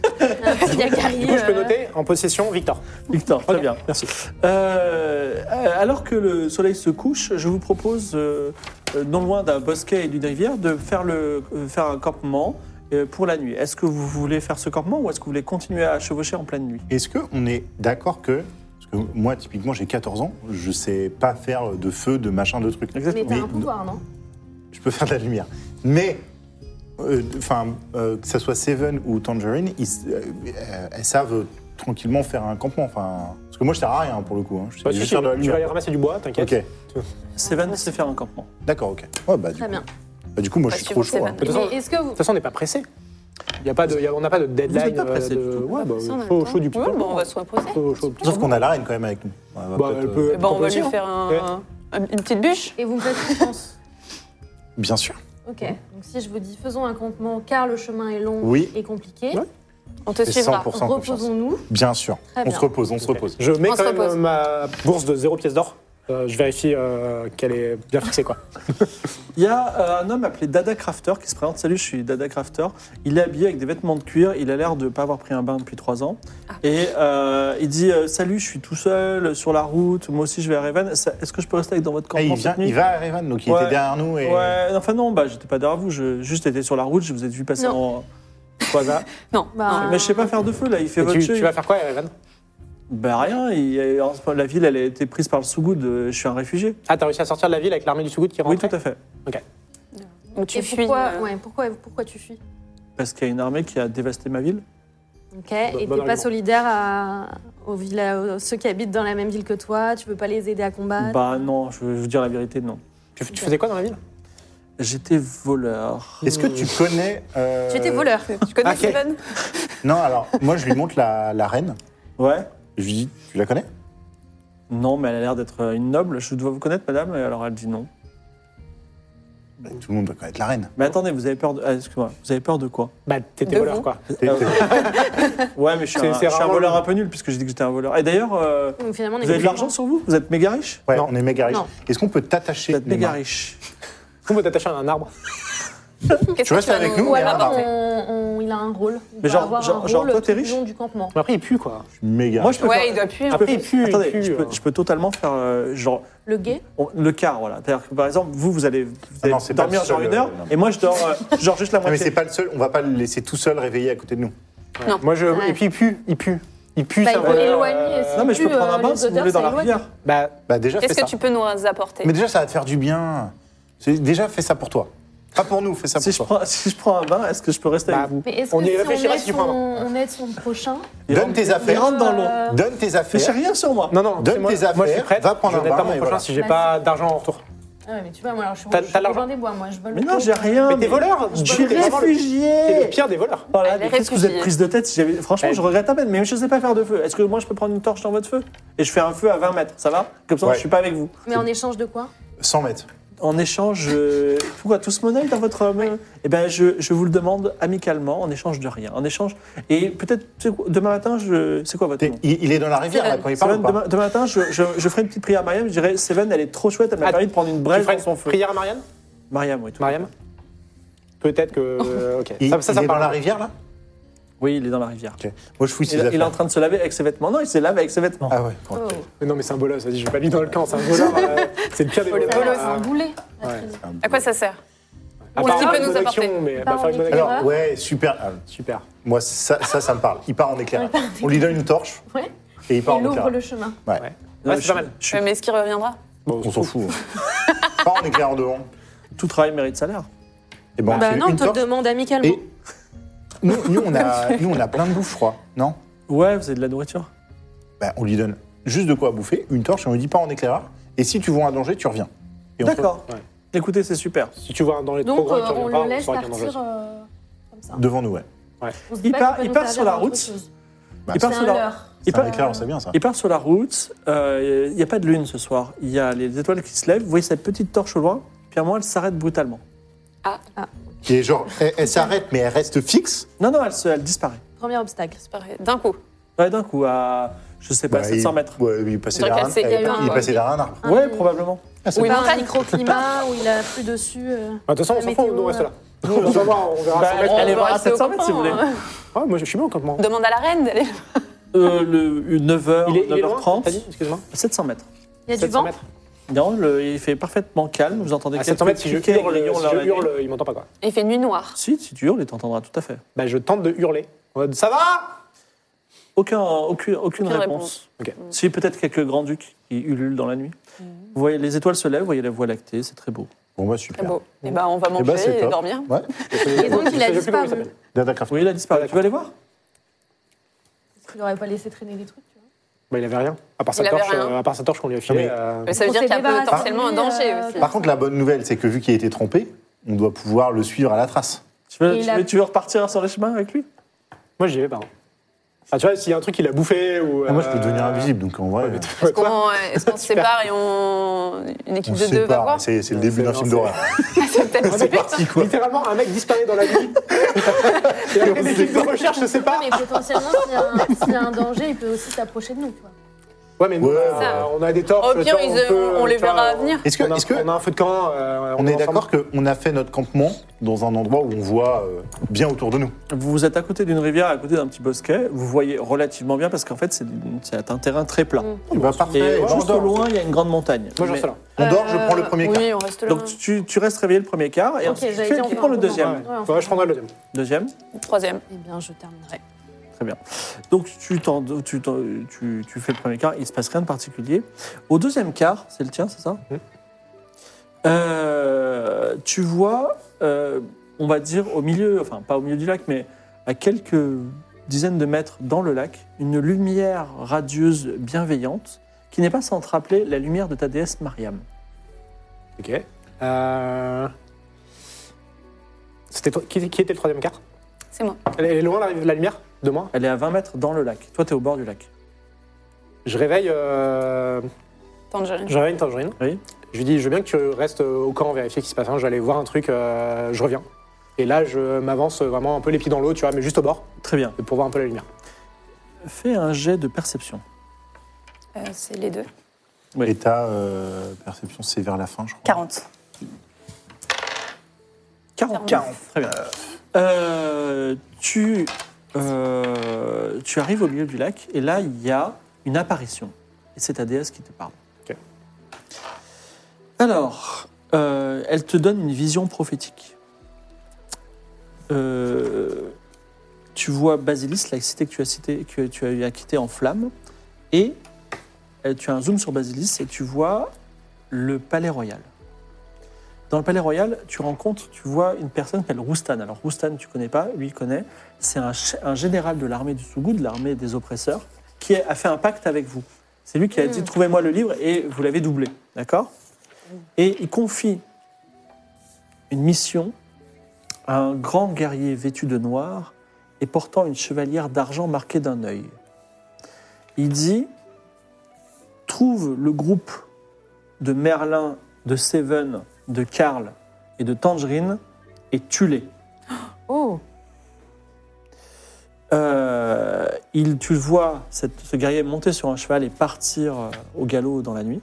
E: Un petit Yakari.
D: Du coup, je peux
E: euh,
D: noter en possession Victor.
A: Victor, très
D: Ok,
A: bien.
D: Merci.
A: Euh, alors que le soleil se couche, je vous propose, euh, euh, non loin d'un bosquet et d'une rivière, de faire, le, euh, faire un campement euh, pour la nuit. Est-ce que vous voulez faire ce campement ou est-ce que vous voulez continuer à chevaucher en pleine nuit
C: Est-ce qu'on est d'accord que. Parce que moi, typiquement, j'ai 14 ans, je sais pas faire de feu, de machin, de trucs.
E: Mais t'as
C: Mais-
E: un pouvoir, non
C: Je peux faire de la lumière. Mais. euh, Enfin, euh, que ça soit Seven ou Tangerine, ils, euh, euh, elles savent tranquillement faire un campement. Enfin, parce que moi, je sers à rien pour le coup. hein. Je sais
D: Bah, si,
C: juste
D: si,
C: faire de la
D: je vais aller
C: lumière.
D: ramasser du bois, t'inquiète.
C: Ok,
A: Seven sait faire un campement.
C: d'accord, ok. Ouais, bah, du
E: Très
C: coup,
E: bien.
C: bah, du coup, moi,
B: Bah,
C: je suis
B: tu
C: trop
B: vois,
C: chaud.
B: Seven.
C: hein.
D: De toute façon,
E: Mais est-ce que vous.
D: de toute façon, on n'est pas pressé. Il y a pas de, il y a- on n'a pas de deadline.
A: pas pressé
D: euh,
A: du
D: de-
A: tout.
D: Ouais, bah,
E: Personne n'a
D: chaud,
E: le
D: chaud du
B: Oui,
D: petit
B: bon, on va se reposer.
D: Chaud- chaud du petit
C: Sauf
D: tour.
C: qu'on a la reine quand même avec nous. On va
D: Bah,
C: peut-être,
D: elle
C: euh,
D: peut-
B: Eh ben, on va
D: proposer,
B: lui
D: hein.
B: faire un- un- une petite bûche.
E: Et vous me faites confiance
C: Bien sûr.
E: Ok, donc si je vous dis faisons un campement car le chemin est long
C: Oui.
E: et compliqué,
D: Ouais.
B: On te
C: C'est
B: suivra.
C: 100%. en confiance.
E: reposons-nous.
C: Bien sûr.
E: Très
C: on
E: bien.
C: se repose, on se repose.
D: Je mets
B: On se
D: quand même
B: repose.
D: euh, ma bourse de 0 pièce d'or. Euh, je vérifie euh, qu'elle est bien fixée, quoi.
A: Il y a euh, un homme appelé Dada Crafter qui se présente. Salut, je suis Dada Crafter. Il est habillé avec des vêtements de cuir. Il a l'air de ne pas avoir pris un bain depuis trois ans. Et euh, il dit euh, Salut, je suis tout seul sur la route. Moi aussi, je vais à Raven. Ça- Est-ce que je peux rester avec dans votre
C: Eh,
A: campement
C: il, vient,
A: cette nuit
C: il va à Revan, donc il
A: Ouais.
C: était derrière nous. Et...
A: Ouais, enfin non, bah j'étais pas derrière vous, je juste j'étais sur la route, je vous ai vu passer en. Voilà.
B: Non.
E: Bah,
A: Mais je sais pas faire de feu là, il fait
D: Et
A: votre
D: tu,
A: jeu.
D: tu vas faire quoi, Evan
A: Bah rien, il- en ce moment, la ville elle a été prise par le Sougoud, euh, je suis un réfugié.
D: Ah, t'as réussi à sortir de la ville avec l'armée du Sougoud qui rentre
A: Oui, tout à fait.
B: Donc tu
E: et
B: fuis.
E: pourquoi,
B: euh,
E: ouais, pourquoi, pourquoi tu fuis
A: Parce qu'il y a une armée qui a dévasté ma ville.
E: Ok, et
D: bon
E: t'es pas
D: argument.
E: solidaire à, aux, villas- aux- ceux qui habitent dans la même ville que toi, tu veux pas les aider à combattre
A: Bah non, je veux vous dire la vérité, non.
D: Tu, tu faisais quoi dans la ville
A: J'étais voleur.
C: Est-ce que tu connais. euh,
E: Tu étais voleur.
B: Tu connais
D: Ok.
B: Steven
C: Non, alors, moi, je lui montre la, la reine.
A: Ouais
C: Je lui dis, tu la connais
A: Non, mais elle a l'air d'être euh, une noble. Je dois vous connaître, madame. Et alors elle dit non.
C: Bah, Tout le monde doit connaître la reine.
A: Mais attendez, vous avez peur de. ah, Excuse-moi, vous avez peur de quoi
D: Bah, t'étais
B: De
D: voleur,
B: vous.
D: quoi.
C: T'es-
A: Euh,
C: t'es-
A: Ouais, mais je suis,
D: C'est-
A: un, je suis
D: c'est
A: un
D: rarement
A: voleur
D: le-
A: un peu nul puisque j'ai dit que j'étais un voleur. Et d'ailleurs, euh,
E: Donc finalement, on est
A: vous avez de
E: copains.
A: l'argent sur vous Vous êtes méga riche
C: Ouais,
D: Non.
C: on est méga riche.
E: Non.
C: Est-ce qu'on peut t'attacher
A: Vous êtes
C: les
A: méga
C: mains
A: riche.
D: On peut t'attacher à un arbre.
B: Qu'est-ce
C: restes
B: que vas
C: avec nous,
E: Ou
C: mais
E: alors,
C: on
E: on- Ah, bah, on- il a un rôle. Il
A: Mais
E: doit
A: genre-
E: avoir
A: genre-
E: un
A: genre,
E: rôle
A: toi, t'es
E: tout le
A: riche
E: long du campement.
D: Mais Après, il pue, quoi.
C: Méga
A: Moi,
C: riche.
A: je peux
B: Ouais,
A: faire-
B: il doit
A: Je
B: puer.
C: Ah,
B: hein.
A: peux
D: Après, il
A: faire-
D: pue, il
A: attendez,
D: pue,
A: je, peux,
D: euh.
A: je peux totalement faire euh, genre
E: Le gay
A: on- le quart, voilà. C'est-à-dire que par exemple, vous, vous allez, vous allez
C: Ah non, c'est pas
A: dormir
C: le
A: genre
C: seul,
A: une heure,
C: euh, non.
A: et moi, je dors euh, genre juste la
C: Non, mais c'est
A: moitié.
C: pas le seul, on va pas le laisser tout seul réveillé à côté de nous.
D: Ouais.
B: Non.
D: Moi, je...
E: Ouais.
D: Et puis, il pue. Il pue. Il pue,
E: Bah,
D: ça
E: il
D: va.
E: faut l'éloigner.
D: Euh,
E: Si
A: Non, mais je peux
E: tu,
A: prendre
E: euh,
A: un bain
E: les
A: si vous
E: odeurs,
A: voulez dans la
E: ça éloigne.
A: rivière.
D: Bah,
C: Bah, déjà, fais
B: Qu'est-ce
C: ça.
B: que tu peux nous apporter
C: Mais déjà, ça va te faire du bien. C'est- Déjà, fais ça pour toi. Pas pour nous, fais ça
A: Si
C: pour
A: je
C: toi.
A: prends, si je prends un bain, est-ce que je peux rester
D: Bah,
A: avec vous
E: Mais est-ce que
D: On y
E: si on
D: réfléchira
E: aide,
D: si tu
E: son,
D: prends un
E: on aide son prochain
A: Il
C: Donne
A: rentre-
C: tes
A: Il
C: affaires.
A: rentre dans l'eau.
E: Euh,
C: Donne tes
A: J'ai
C: affaires.
A: rien sur moi.
D: Non, non,
C: Donne
D: c'est moi-
C: tes
D: Moi, je suis
C: affaire,
D: prêt.
C: va prendre
D: je
C: un
D: n'ai
C: bain
D: pas
C: et
D: mon prochain
C: voilà.
D: si j'ai
E: Bah,
D: pas d'argent en retour.
E: Ah ouais, mais tu vois, moi, alors je suis
D: T'as-
E: je suis
D: t'as
E: au
D: l'argent
E: bain des bois, moi, je veux le
A: Mais non,
E: pot.
A: j'ai rien.
D: Mais t'es voleur
A: Je
D: tu
A: suis
D: es vraiment le- T'es le
A: réfugié.
D: pire des voleurs.
A: Voilà,
B: Elle est
A: mais qu'est-ce que vous êtes
B: réfugiée.
A: prise de tête si j'avais- Franchement,
D: Elle-
A: je regrette à peine, mais je sais pas faire de feu. Est-ce que moi, je peux prendre une torche dans votre feu Et je fais un feu à 20 mètres, ça va Comme ça,
C: Ouais.
A: je suis pas avec vous.
E: Mais en échange de quoi
C: 100 mètres.
A: En échange, euh, pourquoi tout ce monnaie dans votre euh, Eh ben, je, je vous le demande amicalement, en échange de rien. En échange, et peut-être tu sais quoi, demain matin, je, c'est quoi votre
C: T'es-
A: nom
C: Il, il est dans la rivière là,
B: Seven.
C: quand il parle.
A: Seven,
C: ou pas
A: demain, demain matin, je, je, je ferai une petite prière à Mariam. Je dirais, Seven, elle est trop chouette, elle m'a
D: Ah,
A: permis de prendre une
D: Tu
A: braise
D: ferais
A: dans
D: une
A: son feu.
D: prière à Marianne
A: Mariam, oui. Tout.
D: Mariam Peut-être que. Ok.
C: Il,
D: Ça, ça, ça
C: il est dans
D: parle.
C: la rivière là
A: Oui, il est dans la rivière.
C: Ok. Moi je fouille ses
A: Il, il est
C: affaires.
A: en train de se laver avec ses vêtements. Non, il se lave avec ses vêtements.
C: Ah ouais.
E: Oh,
C: bon,
D: Mais non, mais c'est un bolos, vas-y, je vais pas lui dans le camp, c'est un voleur. euh, c'est le pire des
B: Oh, le
D: voleurs.
A: Ah,
B: bolos,
E: c'est un boulet.
B: À quoi ça sert
D: À
B: Ou
D: part
B: est-ce qu'il peut
D: une
B: nous
D: bonne
B: apporter
D: action, mais
E: Pas
D: bah, faire
E: en
D: une bonne action.
E: éclaireur.
C: Alors ouais, super. Ah,
D: Super.
C: moi ça, ça, ça me parle. Il part en éclairage. On lui donne une torche
E: Ouais.
C: et il part
E: Il
C: en
E: ouvre
C: éclairage.
E: le chemin.
D: Ouais,
A: Non,
D: Ouais,
A: je
D: c'est pas
A: suis-
D: mal.
A: je suis-
B: Mais est-ce qu'il reviendra
D: Bon,
C: On s'en fout. hein. part en éclairant devant.
A: tout travail mérite salaire.
C: Et ben, on
E: Bah
C: file
E: non, on
C: une
E: te le
C: torche.
E: demande amicalement.
C: Et nous, nous, on a, nous on a plein de bouffe, je crois. Non
A: Ouais, vous avez de la nourriture.
C: Bah, on lui donne juste de quoi bouffer, une torche, et on lui dit pas en éclaireur. Et si tu vois un danger, tu reviens. Et on se-
A: D'accord.
D: Ouais.
A: Écoutez, c'est super.
D: Si tu vois un dans les
E: Donc
D: programmes,
E: euh,
D: tu
E: on
D: reviens pas,
E: le laisse
D: saura qu'il y a un danger.
E: partir euh, comme ça.
C: Devant nous, ouais.
E: On se dit
A: Il
E: pas
A: part,
E: qu'il
A: il
E: peut
A: part
E: nous
A: sur la
E: servir d'autre
A: route.
E: chose.
C: Bah,
A: il part
E: C'est
A: sur
E: un
A: la,
E: leurre.
A: il
C: C'est un
A: part,
C: éclaireur, c'est bien ça.
A: il part sur la route. euh, Il n'y a pas de lune ce soir. Il y a les étoiles qui se lèvent. Vous voyez cette petite torche au loin. Puis à un moment, elle s'arrête brutalement.
C: Qui est genre, elle, elle s'arrête, mais elle reste fixe.
A: Non, non, elle, se- elle disparaît.
E: Premier obstacle.
B: Ça paraît- D'un coup.
A: Ouais, d'un coup, à, je sais pas,
C: Bah,
A: 700
C: il-
A: mètres.
C: Ouais, il passait
B: Donc,
C: derrière
B: elle
C: un,
B: s'est- il y a eu un-
C: il passait derrière un arbre.
A: Ouais, probablement.
E: Ou
B: Oui,
E: pas
B: non,
E: un microclimat où il a plu dessus. euh.
D: Ah, De toute façon, on s'en
E: La
D: fout,
E: météo,
D: nous, on reste
E: euh.
D: là. Nous, on va voir, on verra
A: Bah,
D: à 100
A: elle
D: mètres.
A: elle est
B: on va
A: à
B: rester au
A: 700 mètres si vous voulez.
B: campement,
D: Ouais, moi, je suis bien au campement.
B: Demande à la reine d'aller.
A: Euh, le 9h,
D: Il est, il est loin, t'as
A: 9h30,
D: dit Excuse-moi.
A: 700 mètres.
E: Il y a du
D: 700
E: vent
D: mètres.
A: Non, le- il fait parfaitement calme, vous entendez
D: À
A: quelques
D: 700 mètres, si je
A: cliquets,
D: hurle,
A: grillons,
D: si
A: là,
D: je
A: là,
D: hurle, il m'entend pas, quoi.
B: Il fait nuit noire.
A: Si, si tu hurles, il t'entendra tout à fait.
D: Bah, je tente de hurler. En mode, Ça va
A: Aucun, aucune, aucune
B: Aucune
A: réponse.
D: réponse.
E: Mm.
A: Si, peut-être quelques grands ducs qui ululent dans la nuit. Vous voyez, les étoiles se lèvent, vous voyez la voie lactée, c'est très beau.
C: Bon, bah,
B: Très
C: super.
B: beau. Et ben on va
C: Eh
B: manger
C: bah, c'est
B: et
C: top.
B: dormir.
C: Ouais.
E: Et donc, il a
D: Je sais plus comment
E: disparu.
D: s'appelle.
C: Datacraft.
A: Oui, il a disparu.
D: Ah,
A: Tu veux aller voir
E: Parce qu'il n'aurait pas laissé traîner les trucs. tu vois.
D: Bah, il avait rien. À part sa
B: Il avait
D: torche,
B: rien.
D: euh, à part sa torche qu'on lui a filée.
C: mais-
D: euh,
B: Mais ça veut
E: On
B: dire
E: s'est
B: qu'il y a
E: débarrassé,
B: potentiellement un danger
E: euh,
B: aussi.
C: Par contre, la bonne nouvelle, c'est que vu qu'il a été trompé, on doit pouvoir le suivre à la trace.
A: tu veux,
E: Et
A: tu,
E: il a-
A: veux, tu veux repartir sur les chemins avec lui
D: Moi, j'y vais pas. hein. Ah, tu vois, s'il y a un truc qu'il a bouffé ou.
C: Ah, Moi, je peux
D: euh,
C: devenir invisible, donc en vrai,
B: Est-ce qu'on est-ce qu'on se sépare et on. Une
C: on
B: équipe
C: se
B: de deux va
C: sépare.
B: voir
C: C'est c'est le
D: Ouais,
C: début d'un
D: c'est-
C: film
D: non,
C: d'horreur.
B: C'est peut-être
D: C'est
C: parti, quoi.
D: Littéralement, un mec disparaît dans la nuit. et après, l'équipe de recherche se sépare.
E: Mais potentiellement, s'il y, a un- s'il y a un danger, il peut aussi s'approcher de nous. tu vois.
D: Ouais, mais nous,
C: Ouais.
D: euh,
B: Ça.
D: on a des torches.
B: Au pire,
D: tu vois,
B: ils, euh,
D: peut,
B: on les
D: tu vois,
B: verra
D: on-
B: venir.
C: Est-ce que,
D: on, a,
C: est-ce que
D: on a un feu de camp. euh,
C: on est
D: ensemble.
C: d'accord qu'on a fait notre campement dans un endroit où on voit euh, bien autour de nous
A: Vous êtes à côté d'une rivière, à côté d'un petit bosquet. Vous voyez relativement bien parce qu'en fait, c'est c'est un terrain très plat.
E: Mm.
C: Eh ben,
A: Et
C: Parfait, on
A: juste au
C: dort.
A: loin, il y a une grande montagne.
D: Moi, j'en
A: Mais-
D: sais là.
C: On dort, je prends le premier quart.
B: Euh, Oui, on reste là.
A: Donc tu, tu restes réveillé le premier quart et
E: Ok,
A: ensuite tu
E: j'allais
A: fais-
E: dire,
A: qui
E: on
A: prend le
E: fait un
A: deuxième.
E: moment. Ouais,
D: Ouais, je prendrai le deuxième.
A: Deuxième.
B: Troisième.
E: Eh bien, je terminerai.
A: Très bien. Donc tu, t'en- tu, t'en- tu- tu fais le premier quart, il se passe rien de particulier. Au deuxième quart, c'est le tien, c'est ça
D: Mhm.
A: Euh, Tu vois, euh, on va dire au milieu, enfin pas au milieu du lac, mais à quelques dizaines de mètres dans le lac, une lumière radieuse bienveillante qui n'est pas sans te rappeler la lumière de ta déesse Mariam.
D: Ok. Euh, C'était toi- qui, qui était le troisième quart
B: C'est moi.
D: Elle est loin la, la lumière de moi.
A: Elle est à 20 mètres dans le lac. Toi, tu es au bord du lac.
D: Je réveille, euh,
B: Tangerine.
D: je réveille Tangerine.
A: Oui.
D: Je lui dis, je veux bien que tu restes euh, au camp vérifier qu'il se passe rien. Je vais aller voir un truc. euh, je reviens. Et là, je m'avance euh, vraiment un peu les pieds dans l'eau, tu vois, mais juste au bord
A: Très bien.
D: pour voir un peu la lumière.
A: Fais un jet de perception.
B: Euh, c'est les deux.
A: Oui.
C: Et ta euh, perception, c'est vers la fin, je crois.
B: 40.
A: 40.
B: 40.
A: Très bien. Euh, tu, euh, tu arrives au milieu du lac et là, il y a une apparition. Et c'est ta déesse qui te parle.
D: Ok.
A: Alors, euh, elle te donne une vision prophétique. Euh, tu vois Basilis, la cité que tu as, citée, que tu as eu à quitter en flammes, et euh, tu as un zoom sur Basilis et tu vois le palais royal. Dans le palais royal, tu rencontres, tu vois une personne qui s'appelle Roustan. Alors Roustan, tu connais pas, lui il connaît. C'est un, che- un général de l'armée du Sougou, de l'armée des oppresseurs, qui a a fait un pacte avec vous. C'est lui qui a dit trouvez-moi le livre et vous l'avez doublé, d'accord Et il confie une mission à un grand guerrier vêtu de noir et portant une chevalière d'argent marquée d'un œil. Il dit trouve le groupe de Merlin, de Seven, de Karl et de Tangerine et tue-les.
E: Oh
A: Euh, il, tu le vois, cette- ce guerrier monter sur un cheval et partir euh, au galop dans la nuit.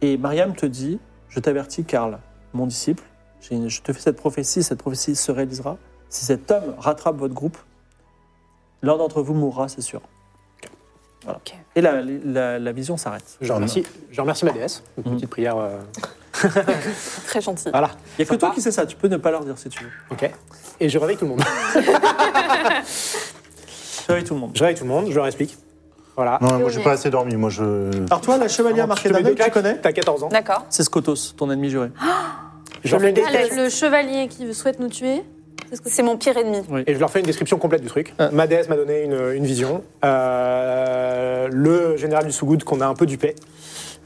A: Et Mariam te dit Je t'avertis, Karl, mon disciple, j'ai une- je te fais cette prophétie, cette prophétie se réalisera. Si cet homme rattrape votre groupe, l'un d'entre vous mourra, c'est sûr. Voilà.
B: Ok.
A: Et la, la- la vision s'arrête.
D: Je remercie, je remercie ma déesse. Une petite prière. euh,
B: Très gentil.
C: Ah.
D: Voilà.
A: Il n'y a que toi
D: Sympa.
A: qui sais ça, tu peux ne pas leur dire si tu veux.
D: Ok. Et je réveille tout le monde.
A: Tu réveilles tout le monde.
D: Je réveille tout le monde, je leur explique. Voilà.
C: Non, moi, j'ai pas assez dormi. Moi, je.
A: Alors, toi, la chevalière
D: Je te
A: marquée
D: mets
A: d'un
D: deux
A: œil, tu
D: claques,
A: connais
D: T'as 14 ans.
B: D'accord.
A: C'est Skotos, ton ennemi juré.
D: Je leur fais une
E: Ah,
D: description-
E: le, le chevalier qui souhaite nous tuer c'est ce que
B: C'est mon pire ennemi.
D: Et je leur fais une description complète du truc.
A: Ah.
D: Ma déesse m'a donné une, une vision. Euh, le général du Sougoud, qu'on a un peu dupé,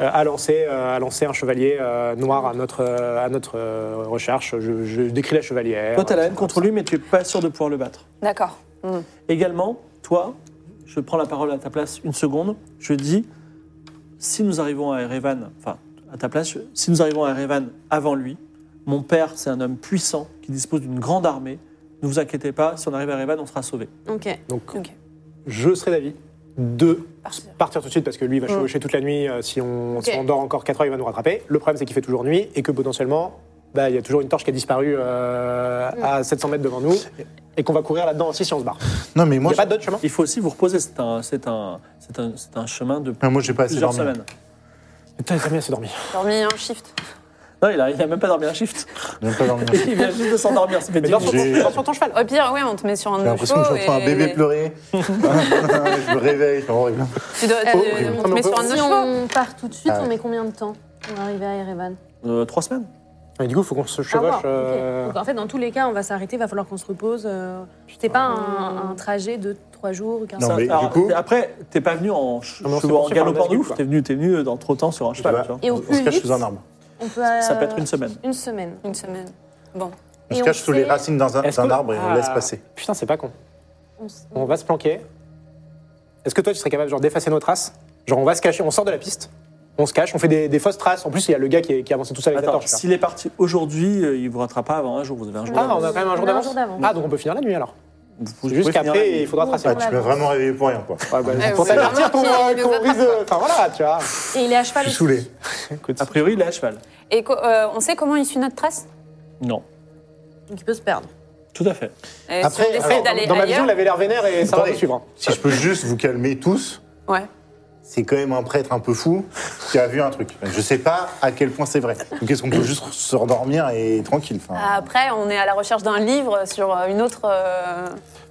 D: euh, a, lancé, euh, a lancé un chevalier euh, noir à notre, euh, à notre euh, recherche. Je, je décris la chevalière. Euh,
A: Toi, t'as la haine contre lui, mais tu n'es pas sûr de pouvoir le battre.
B: D'accord. Hmm.
A: Également, toi, je prends la parole à ta place une seconde. Je dis, si nous arrivons à Erevan, enfin, à ta place, je- si nous arrivons à Erevan avant lui, Mon père, c'est un homme puissant qui dispose d'une grande armée. Ne vous inquiétez pas, si on arrive à Revan, on sera sauvés.
E: Ok.
D: Donc,
B: Ok.
D: je serais d'avis de
B: Partir.
D: partir tout de suite parce que lui il va
E: Mm.
D: chevaucher toute la nuit. euh, si, on,
E: Ok.
D: si on dort encore 4 heures, il va nous rattraper. Le problème, c'est qu'il fait toujours nuit et que potentiellement, bah, il y a toujours une torche qui a disparu euh,
E: Mm.
D: à 700 mètres devant nous et qu'on va courir là-dedans aussi si on se barre.
C: Non, mais
D: Il
C: moi,
D: n'y a
C: je-
D: pas d'autre chemin
A: Il faut aussi vous reposer. C'est un, c'est un, c'est un, c'est un chemin de
C: Ah, moi, j'ai pas assez
A: plusieurs
C: dormi.
A: semaines.
D: Putain, très bien, c'est dormi.
B: Dormi en shift.
A: Non, il a, il a même pas dormi un shift.
C: J'ai pas dormi.
A: il vient juste de s'endormir. Ça fait
D: Mais
A: 10
D: dors sur,
A: minutes.
D: ton,
C: J'ai-
D: dors sur ton cheval.
B: Au pire, ouais, on te met sur un
C: J'ai l'impression que
B: no-show.
C: j'entends un
B: et-
C: bébé pleurer. je me réveille, c'est horrible.
B: Tu dois- tu-
E: Euh,
B: on te met sur un
E: Si
B: no-show.
E: on part tout de suite,
C: Ah ouais.
E: on met combien de temps pour arriver à Erevan
A: Euh, Trois semaines.
D: Et du coup, il faut qu'on se chevauche.
E: Ah, wow, ok.
D: euh,
E: Donc en fait, dans tous les cas, on va s'arrêter, il va falloir qu'on se repose. euh, C'est pas un, un trajet de 3 jours ou 15
C: Non,
A: Ça-
C: mais du coup-
A: Après, t'es pas venu en, ch-
D: Non, mais on s'est
A: chevaux- en
D: poursuivi par le
A: galopant de
D: Nazgûl,
A: ouf.
D: quoi.
A: T'es venu, t'es venu euh, dans trop de temps sur un cheval.
C: Bah,
A: tu vois.
E: Et au
C: On
E: plus
C: se cache
E: vite,
C: sous un arbre.
E: on peut, euh,
A: Ça peut être une semaine.
E: une semaine.
B: Une semaine. Bon.
C: On
E: Et
C: se
E: on
C: cache sous les
E: sait-
C: racines d'un
D: est-ce
C: d'un
D: que-
C: arbre et on
D: Ah,
C: laisse passer.
D: Putain, c'est pas con.
E: On s-
D: On va se planquer. Est-ce que toi, tu serais capable genre d'effacer nos traces Genre, on va se cacher, on sort de la piste, on se cache, on fait des, des fausses traces. En plus, il y a le gars qui, est- qui avance tout ça avec la
A: Attends,
D: torche. là.
A: s'il est parti aujourd'hui, euh, il vous rattrape pas avant un jour. Vous avez un jour.
D: Ah,
A: d'avance.
D: on a quand même un jour
E: On a un
D: d'avance.
E: jour d'avance.
D: Ah, donc on peut finir la nuit alors.
A: Vous- vous
D: C'est
A: pouvez
D: juste
A: finir la
D: qu'après,
A: nuit.
D: il faudra
E: Oui,
D: tracer.
E: on
C: Ah,
D: Ouais,
C: tu
E: l'avance.
C: m'as vraiment réveillé pour rien, quoi.
D: bah,
B: Eh,
D: pour
B: c'est
D: t'avertir
B: vraiment
D: qu'on
B: qui-
D: euh,
B: qui
D: qu'on
B: veut pas
D: risque de. Enfin voilà, tu vois.
E: Et il est à cheval
C: Je suis
E: aussi.
C: saoulé.
D: Écoute,
A: A priori, il est à cheval.
B: Et co- euh, on sait comment il suit notre trace
A: Non,
E: Donc il peut se perdre.
A: tout à fait.
B: Euh,
D: après,
B: si on
D: alors,
B: décide d'aller
D: dans ma vision,
B: ailleurs.
D: il avait l'air vénère et ça va
C: Attendez,
D: nous suivre.
C: Si je peux juste vous calmer tous,
B: Ouais.
C: c'est quand même un prêtre un peu fou qui a vu un truc. Je sais pas à quel point c'est vrai. Donc est-ce qu'on peut juste se redormir et tranquille enfin,
E: Ah,
B: Après, on est à la recherche d'un livre sur euh, une autre, euh,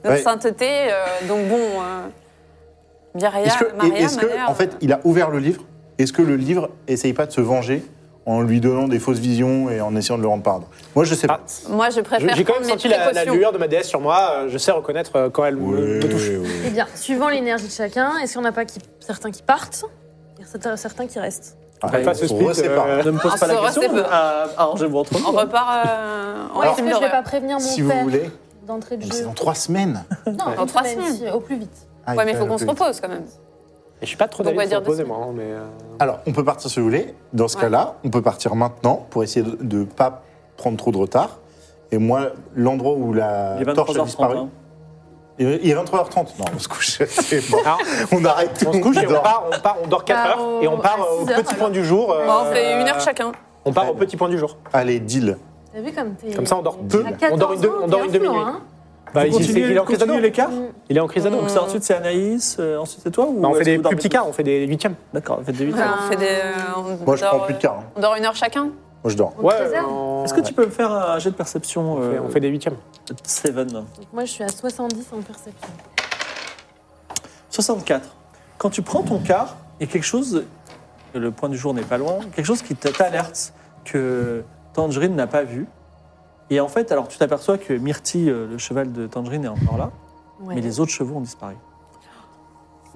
B: une autre
C: Ouais.
B: sainteté. euh, donc bon, euh, Mireia,
C: Est-ce que,
B: Maria,
C: et- est-ce que,
B: Maria,
C: en fait, il a ouvert le livre Est-ce que le livre essaye pas de se venger en lui donnant des fausses visions et en essayant de le rendre pardon Moi, je sais
D: Ah,
C: pas.
B: euh, moi je préfère
D: J'ai quand
B: prendre
D: même
B: mes
D: senti la, la
B: précautions.
D: lueur de ma déesse sur moi. euh, Je sais reconnaître euh, quand elle me, me touche.
E: Eh bien, suivant l'énergie de chacun, est-ce qu'il n'y en a pas qui, certains qui partent et certains certains qui restent
C: Ah,
D: Enfin, ce
C: on
D: split,
C: resépare.
D: euh,
A: Ne me pose
B: Ah,
A: pas la
B: ça,
A: question.
B: c'est bah, bon.
A: Ah, ah, je vous retrouve.
B: On repart euh, en
E: Est-ce
B: film
E: que je vais
B: d'horreur.
E: pas prévenir mon
C: Si vous
E: père
C: voulez,
E: d'entrée de
C: Mais c'est
E: jeu
C: dans trois semaines.
E: Non,
B: Dans
E: une
B: trois
E: semaine,
B: semaines.
E: si, au plus vite.
C: Ah,
B: Ouais, mais
C: il
B: il faut qu'on
C: peut-
B: se repose quand même.
D: Et je suis pas trop
B: Donc, on va
D: d'avis
B: dire
D: proposer,
B: deux
D: moi, hein, mais. euh,
C: Alors, on peut partir si vous voulez. Dans ce
B: Ouais.
C: cas-là, on peut partir maintenant pour essayer de ne pas prendre trop de retard. Et moi, l'endroit où la
A: Il est
C: torche a
A: 23h30.
C: disparu.
A: hein.
C: Il est- il est 23h30. Non, on se couche. c'est bon.
D: Alors,
C: on arrête tout.
D: on se couche et on
C: dort.
D: part, on part, on dort 4
E: Bah,
D: heures et on
E: au-
D: part
E: à
D: euh, au
E: six heures,
D: petit point
E: alors.
D: du jour.
B: Bon,
D: euh,
B: on fait une heure chacun.
D: On part au petit point du jour.
C: Allez, deal.
E: T'as vu comme t'es.
D: Comme ça, on dort
E: t'as
D: peu.
E: 14
D: On dort une de-
E: ans,
D: on
E: t'es
D: dort une
E: influent,
D: demi-nuit.
E: hein.
D: Bah, il,
A: Continuez-
D: il est en crise
A: continuez
D: d'ado.
A: l'écart.
D: Il est en crise d'ado.
A: Donc, c'est ensuite c'est Anaïs, euh, ensuite c'est toi ou
D: Bah, on
A: est-ce
D: fait
A: que
D: des
A: vous
D: plus
A: dormez
D: petits
A: tous
D: quarts, on fait des 8 e
A: D'accord, on fait des 8
B: Enfin, on fait des, euh, on
C: Moi, je
B: dort,
C: prends plus de
B: euh,
C: quart. hein.
B: On dort une heure chacun
C: Moi, je dors.
E: On
D: Ouais,
E: te préserve.
D: on-
A: Est-ce que tu peux me faire un jet de perception
D: on fait-
A: euh,
D: on fait des 8 e
A: Seven.
E: Donc Moi, je suis à 70 en perception.
A: 64. Quand tu prends ton quart, il y a quelque chose, le point du jour n'est pas loin, quelque chose qui t- t'alerte que Tangerine n'a pas vu. Et en fait, alors tu t'aperçois que Myrtille, euh, le cheval de Tangerine, est encore là,
E: Ouais.
A: mais les autres chevaux ont disparu.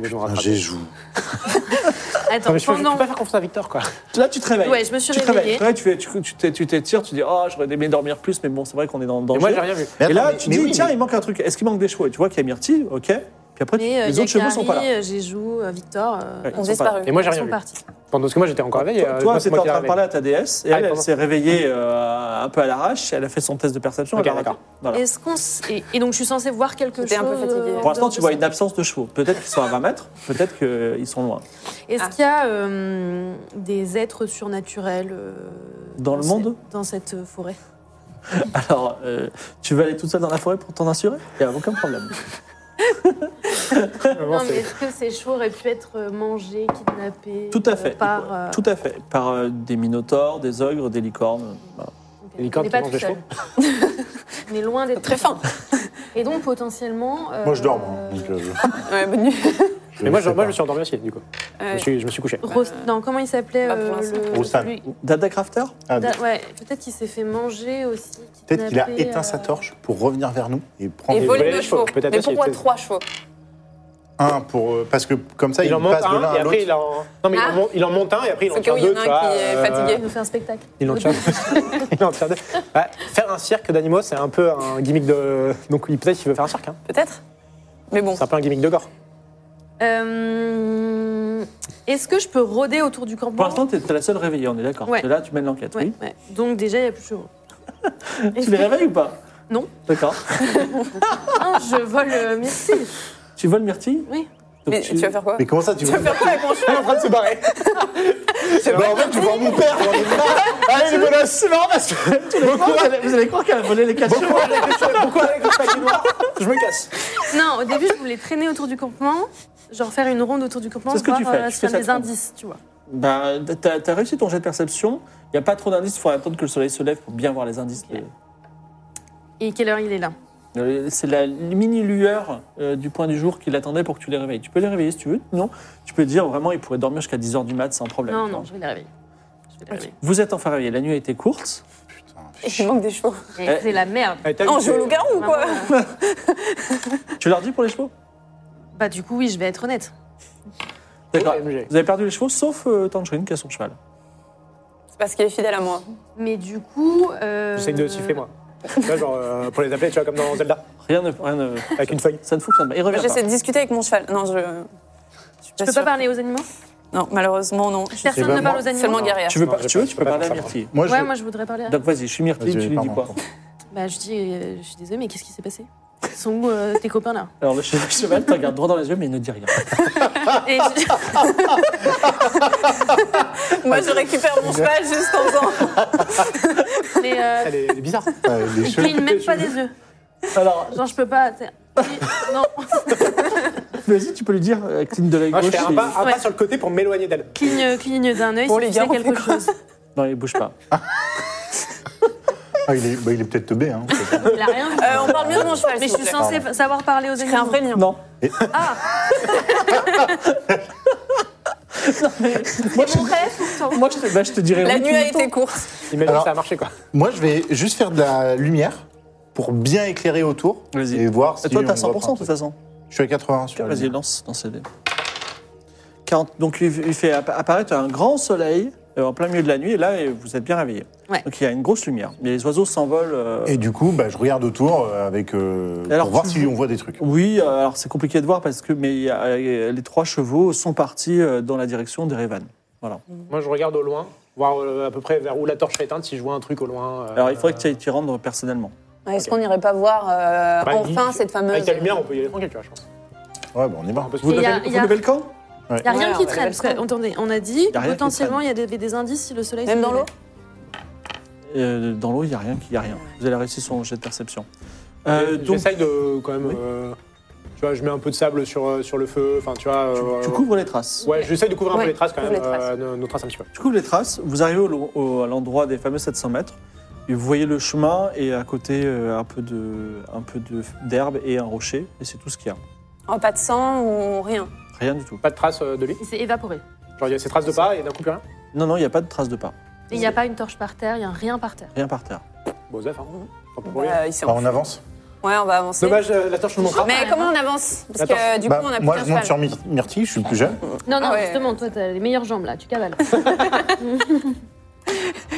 C: Un Jéjou.
E: Attends,
D: je peux, je peux
E: pendant.
D: pas faire confiance à Victor, quoi.
A: Là, tu te réveilles.
E: Ouais, je me suis
A: tu te
E: réveillée.
A: réveilles. Tu, te réveilles, tu, fais- tu- tu t'é- tu t'étires, tu dis Oh, j'aurais aimé dormir plus, mais bon, c'est vrai qu'on est dans le
D: Et
A: danger.
D: moi, j'ai rien vu.
A: Et
C: Mais attends,
A: là,
C: mais-
A: tu
C: mais
A: dis
C: oui,
A: Tiens,
C: mais-
A: il manque un truc. Est-ce qu'il manque des chevaux Et tu vois qu'il y a Myrtille, ok. Puis après, tu-
E: Mais euh,
A: les autres chevaux sont pas là.
E: Yakari, euh, Jéjou, euh, Victor, euh,
A: Ouais,
B: On
A: ils sont pas là.
B: disparu.
D: Et moi, j'ai
E: ils
D: rien
E: sont
D: vu.
E: partis.
D: Pendant parce que moi, j'étais encore réveillé. euh,
A: Toi,
D: moi, c'est
A: c'était
D: moi
A: en
D: qui
A: train de
D: l'ai
A: parler à ta déesse, et
D: Ah,
A: elle, elle
D: pardon.
A: s'est réveillée euh, un peu à l'arrache, elle a fait son test de perception,
D: Ok,
A: elle a raté.
D: d'accord.
A: Voilà.
E: Est-ce qu'on s- et, et donc je suis censée voir quelque chose
B: J'étais un peu fatiguée.
E: euh,
B: Pour
A: Pour l'instant,
E: en
A: tu vois
E: dehors
A: une
E: de
A: absence de chevaux. Peut-être qu'ils sont à 20 mètres, peut-être qu'ils sont loin.
E: ça Est-ce
B: Ah.
E: qu'il y a euh, des êtres surnaturels euh,
A: Dans le
E: ce-
A: monde
E: Dans cette euh, forêt.
A: Alors, euh, tu veux aller toute seule dans la forêt pour t'en assurer Il n'y a aucun problème.
D: Vraiment,
E: non, mais
D: c'est-
E: est-ce que ces chevaux auraient pu être euh, mangés, kidnappés
A: Tout à
E: euh,
A: fait.
E: par, euh,
A: Tout à fait. Par euh, des minotaures, des ogres, des licornes. euh, Voilà.
E: ok.
D: Les licornes
E: On n'est pas
D: qui mangent
E: tout seul. On est loin d'être
B: Très fin.
E: Et donc potentiellement. euh,
C: Moi, je dors. moi, hein, donc, euh, je-
B: Ouais, bonne nuit.
C: je
D: Mais moi, je,
C: sais
D: moi,
C: pas.
D: je me suis endormi aussi, du coup. Je,
B: Ouais.
D: me suis, je me suis couché.
E: Rost- non, comment il s'appelait
B: Bah, pour
E: euh,
B: l'instant.
E: le-
C: Rostan.
E: celui-
A: Dada Crafter
C: Ah,
E: Da- ouais, peut-être qu'il s'est fait manger aussi.
C: Peut-être qu'il a
E: kidnapper,
C: éteint sa
E: euh,
C: torche pour revenir vers nous et prendre
B: Et
D: Et
B: voler
D: voler
B: deux
D: les
B: chevaux.
D: chevaux, peut-être
B: Mais
D: aussi,
B: pourquoi
D: peut-être.
B: trois chevaux
C: un pour euh, parce que comme ça il,
D: Il en monte
C: passe de l'un
D: un, et
C: à l'autre.
D: après, il en. Non, mais il en
B: Ah.
D: monte- il en monte un, et après, il en
B: Faut
D: tient
B: que oui, il y en
D: deux, euh,
B: a
D: tu
B: un
D: vois.
B: qui est fatigué.
E: Il nous fait un spectacle.
D: Il en tient il en tient deux. Ouais, Faire un cirque d'animaux, c'est un peu un gimmick de. Donc, il- peut-être qu'il veut faire un cirque. hein.
B: Peut-être Mais bon.
D: C'est un peu un gimmick de gore.
E: Euh, Est-ce que je peux rôder autour du campement
A: Pour l'instant, tu es, la seule réveillée, on est d'accord.
E: Ouais.
A: Et Là, tu mènes l'enquête,
E: Ouais,
A: oui
E: ouais. Donc déjà, il n'y a plus de chevaux.
A: Tu les réveilles ou pas
E: Non.
A: D'accord.
E: Ah, je vole euh, Myrtille.
A: Tu voles Myrtille
E: Oui.
A: Donc
B: Mais tu vas faire quoi
C: Mais comment ça, tu
B: Tu
C: vas
B: vas faire quoi avec mon
D: Elle
B: chat
D: est en train de se barrer.
C: Bah, en fait, tu vois mon père. j'en ai marre.
D: Allez, les menaces
A: Ah, C'est marrant parce que tu les crois, vous, allez, vous allez croire qu'elle a volé les cachets.
D: Pourquoi avec le paquet noir Je me casse.
E: Non, au début, je voulais traîner autour du campement, genre faire une ronde autour du campement,
A: C'est ce que tu
E: voir
A: fais,
E: euh,
A: tu
E: s'il
A: fais
E: y
A: ça
E: a
A: de
E: des
A: front.
E: indices, tu vois.
A: Bah, t'as t'as réussi ton jet de perception. Il n'y a pas trop d'indices, il faudrait attendre que le soleil se lève pour bien voir les indices.
E: Ok. Et quelle heure il est là
A: Euh, C'est la mini-lueur euh, du point du jour qui l'attendait pour que tu les réveilles. Tu peux les réveiller si tu veux, non Tu peux dire vraiment, ils pourraient dormir jusqu'à 10h du mat sans problème.
E: Non,
A: tu
E: non,
A: vois.
E: je vais les réveiller. Je vais les réveiller.
A: Vous êtes enfin réveillés, la nuit a été courte.
B: Il manque des chevaux.
E: Et C'est la merde.
D: Eh, t'as vu,
B: Non, je
D: c'est-
B: joue au loup-garou ou quoi
E: Vraiment, euh,
A: Tu leur dis pour les chevaux
E: Bah du coup, oui, je vais être honnête.
A: D'accord.
D: OMG.
A: Vous avez perdu les chevaux, sauf euh, Tangerine qui a son cheval.
B: C'est parce qu'il est fidèle à moi.
E: Mais du coup... Euh...
D: J'essaye de siffler, moi. Tu vois, genre, euh, pour les appeler, tu vois, comme dans Zelda,
A: Rien ne. Rien ne
D: avec une feuille.
A: ça ne fonctionne pas. Il
B: Moi,
A: revient.
B: J'essaie
A: pas.
B: de discuter avec mon cheval. Non, je. Je suis
E: Je peux
B: sûre.
E: pas parler aux animaux
B: Non, malheureusement, non. Je suis
E: Personne
C: pas,
E: ne parle
C: moi.
E: aux animaux
B: seulement guerrière.
A: Tu veux,
D: Non,
A: pas-
D: j'ai
A: tu, veux,
D: pas-
A: tu
D: j'ai
A: peux
D: pas
A: parler à
D: pensé à ça.
A: Myrtille.
C: Moi, je.
E: Ouais, moi, je voudrais parler à...
A: Donc vas-y, je suis Myrtille,
C: Vas-y,
A: tu lui dis
C: pardon,
A: quoi
C: pardon.
E: Bah je dis, euh, je suis désolée, mais qu'est-ce qui s'est passé Ils sont où euh, tes copains, là
A: Alors le che- le cheval te regarde droit dans les yeux, mais il ne dit rien.
E: Et je-
B: Moi, je récupère mon cheval juste en faisant.
E: Mais euh,
D: Elle est, elle est bizarre.
C: Euh, les
E: ils
C: cheveux.
E: clignent même pas des yeux.
A: Alors,
E: Genre, je peux pas... t'sais. Oui, Non,
A: vas-y, tu peux lui dire, euh, cligne de l'œil
D: Moi,
A: gauche.
D: je fais un
A: il-
D: pas, un pas
E: Ouais.
D: sur le côté pour m'éloigner d'elle.
E: cligne, cligne euh, d'un œil
B: Bon,
E: si
B: les
E: tu
B: gars,
E: sais
B: on fait
E: quelque
B: quoi
E: chose.
A: Non, il bouge pas.
C: Ah, il est, bah, il est peut-être teubé. Hein,
E: Il a rien vu.
B: Euh, on parle mieux de mon cheval.
E: Mais je
B: s'il
E: suis
B: vous plaît.
E: censée savoir parler aux
B: Je crée un
E: animaux.
B: vrai lien.
A: Non. Moi, je,
E: Mon rêve, pourtant.
A: moi, je te, bah, je te dirais
B: La
A: oui
B: nuit
A: tout
B: a
A: le
B: été
A: temps.
B: courte.
D: Imagine
C: Alors-
D: ça a marché, quoi.
C: Moi, je vais juste faire de la lumière pour bien éclairer autour
A: Vas-y.
C: et voir si.
A: Et toi, t'as 100% de
C: on voit pas un
A: toute
C: truc.
A: façon.
C: Je suis à 80 sur la
A: Vas-y,
C: lumière.
A: lance dans CD. 40, donc, il il fait appa- apparaître un grand soleil euh, en plein milieu de la nuit, et là, et vous êtes bien réveillés.
E: Ouais.
A: Donc, il y a une grosse lumière. Mais les oiseaux s'envolent. euh,
C: Et du coup, bah, je regarde autour euh, avec euh,
A: Alors,
C: pour voir
A: tu
C: si on voit des trucs.
A: Oui, euh, alors c'est compliqué de voir parce que mais euh, les trois chevaux sont partis euh, dans la direction d'Erevan. Voilà.
D: Moi, je regarde au loin, voir euh, à peu près vers où la torche est éteinte, si je vois un truc au loin. euh,
A: Alors il faudrait que tu ailles t'y rendre personnellement.
B: Ouais, Est-ce qu'on n'irait pas voir euh,
D: Bah,
B: enfin
D: il-
B: cette fameuse.
D: Avec la lumière, on peut y aller tranquille, tu vois, je pense.
C: Ouais, bah, on y va. Bah,
D: On peut se-
A: Vous
E: Et il y a-
A: levez
E: il
A: vous
E: y a-
A: levez le camp
E: Il n'y a
B: Ouais,
E: rien
B: on
E: qui
B: a
E: traîne.
B: le
E: Parce que,
B: sang.
E: attendez, on a dit
A: Y a rien qui
E: potentiellement il y avait des indices si le soleil
B: Même
E: se
B: dans
E: levait.
B: l'eau
A: Euh, Dans l'eau, il n'y a rien. qui- Il y a rien. Vous allez réussir son jet de perception. Euh, donc
D: J'essaye de quand même. euh, tu vois, je mets un peu de sable sur, euh, sur le feu. Enfin, tu vois.
A: tu,
D: euh,
A: tu couvres les traces.
D: Ouais, j'essaye de couvrir un
B: Ouais,
D: peu les traces quand
B: couvre
D: même,
B: les traces.
D: euh, nos, nos traces un petit peu.
A: Tu couvres les traces. Vous arrivez au lo- au- à l'endroit des fameux 700 mètres. Et vous voyez le chemin et à côté euh, un peu de un peu de- d'herbe et un rocher. Et c'est tout ce qu'il y a.
B: En pas de sang ou rien.
A: Rien du tout.
D: Pas de traces euh, de lui.
E: Il s'est évaporé.
D: Genre, il y a ces traces de pas et d'un coup, plus rien.
A: Non, non, il n'y a pas de traces de pas.
E: Et il n'y a pas une torche par terre, il n'y a rien par terre.
A: Rien par terre.
D: Bon, Zeph, hein. Tant pis pour lui.
B: Bah, il s'est
C: Bah,
B: enfui.
C: on avance.
B: Ouais, on va avancer.
D: Dommage, euh, la torche nous manquera.
B: Mais comment on avance Parce que euh, du coup,
C: Bah,
B: on a plus
C: moi,
B: un
C: je monte
B: cheval.
C: sur My- Myrtille, je suis le plus jeune.
E: Non, non,
B: Ah ouais.
E: justement, toi, t'as les meilleures jambes là, tu cavales.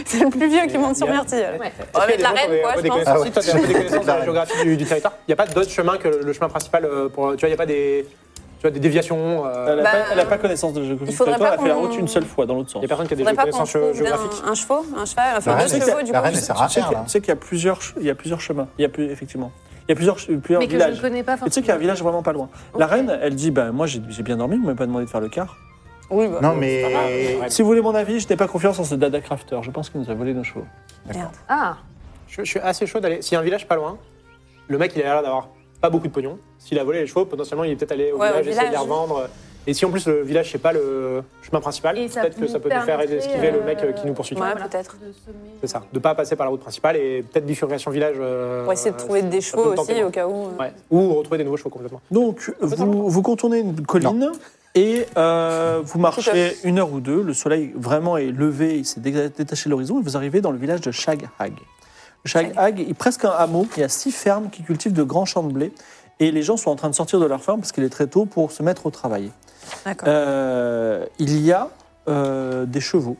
B: C'est le plus vieux qui monte sur
D: Il y a-
B: Myrtille.
E: Ouais.
B: On va mettre la reine, quoi, je pense.
C: Ah
D: Si, toi, t'as un peu des connaissances de
C: La
D: la
C: reine.
D: géographie du, du territoire. Il n'y a pas d'autre chemin que le, le chemin principal euh, pour. Tu vois, il n'y a pas des. Tu vois, des déviations.
A: Elle
D: euh,
A: n'a
B: Bah,
A: pas, elle a pas connaissance de géographie.
B: il faudrait
A: Toi, elle a
B: pas
A: fait la
B: qu'on-
A: route une seule fois dans l'autre
D: Il
A: sens.
D: n'y a personne qui a des
B: Faudrait pas qu'on
D: connaissances euh,
B: trouve
D: géographiques.
B: d'un- un chevaux, un cheval,
C: La
B: enfin deux
C: reine,
B: chevaux
C: elle-
B: du
C: la
B: coup.
C: reine, elle sert à
A: Tu sais
C: faire,
A: qu'il y a-
C: là.
A: tu sais qu'il y a plusieurs, ch- il y a plusieurs chemins. Il y a plus, effectivement, il y a plusieurs, ch- plusieurs
E: Mais que je
A: villages.
E: ne connais pas
A: Et Tu sais qu'il y a
E: forcément.
A: un village vraiment pas loin. La
E: Ok.
A: reine, elle dit bah, Moi, j'ai j'ai bien dormi, vous ne m'avez pas demandé de faire le quart.
B: Oui, bah,
C: Non,
D: c'est pas grave,
C: mais.
D: ouais.
A: Si vous voulez mon avis, je n'ai pas confiance en ce Dada Crafter. Je pense qu'il nous a volé nos chevaux.
E: Ah,
D: Je, je suis assez chaud d'aller. S'il y a un village pas loin, le mec, il a l'air d'avoir pas beaucoup de pognon. S'il a volé les chevaux, potentiellement, il est peut-être allé au
B: Ouais, au
D: village, essayer de les
B: village.
D: revendre. Et si en plus le village, c'est pas le chemin principal,
E: Et ça
D: peut-être que
E: nous
D: ça peut nous faire
E: permettrait,
D: esquiver le mec
E: euh,
D: qui nous poursuit.
B: Ouais,
E: voilà.
B: peut-être.
E: De semer-
D: C'est ça. De pas passer par la route principale et peut-être bifurcation village. euh,
B: On va essayer de trouver des
D: ça
B: chevaux
D: peut tenter,
B: aussi,
D: moi.
B: au cas où. euh.
D: Ouais. Ou retrouver des nouveaux chevaux complètement.
A: Donc,
D: faire
A: vous, vous contournez une colline et euh, vous marchez une heure ou deux. Le soleil vraiment est levé, il s'est déga- détaché de l'horizon et vous arrivez dans le village de Shaghag. Shaghag est presque un hameau. Il y a six fermes qui cultivent de grands champs de blé. Et les gens sont en train de sortir de leur ferme parce qu'il est très tôt pour se mettre au travail.
B: D'accord.
A: Euh, il y a euh, des chevaux.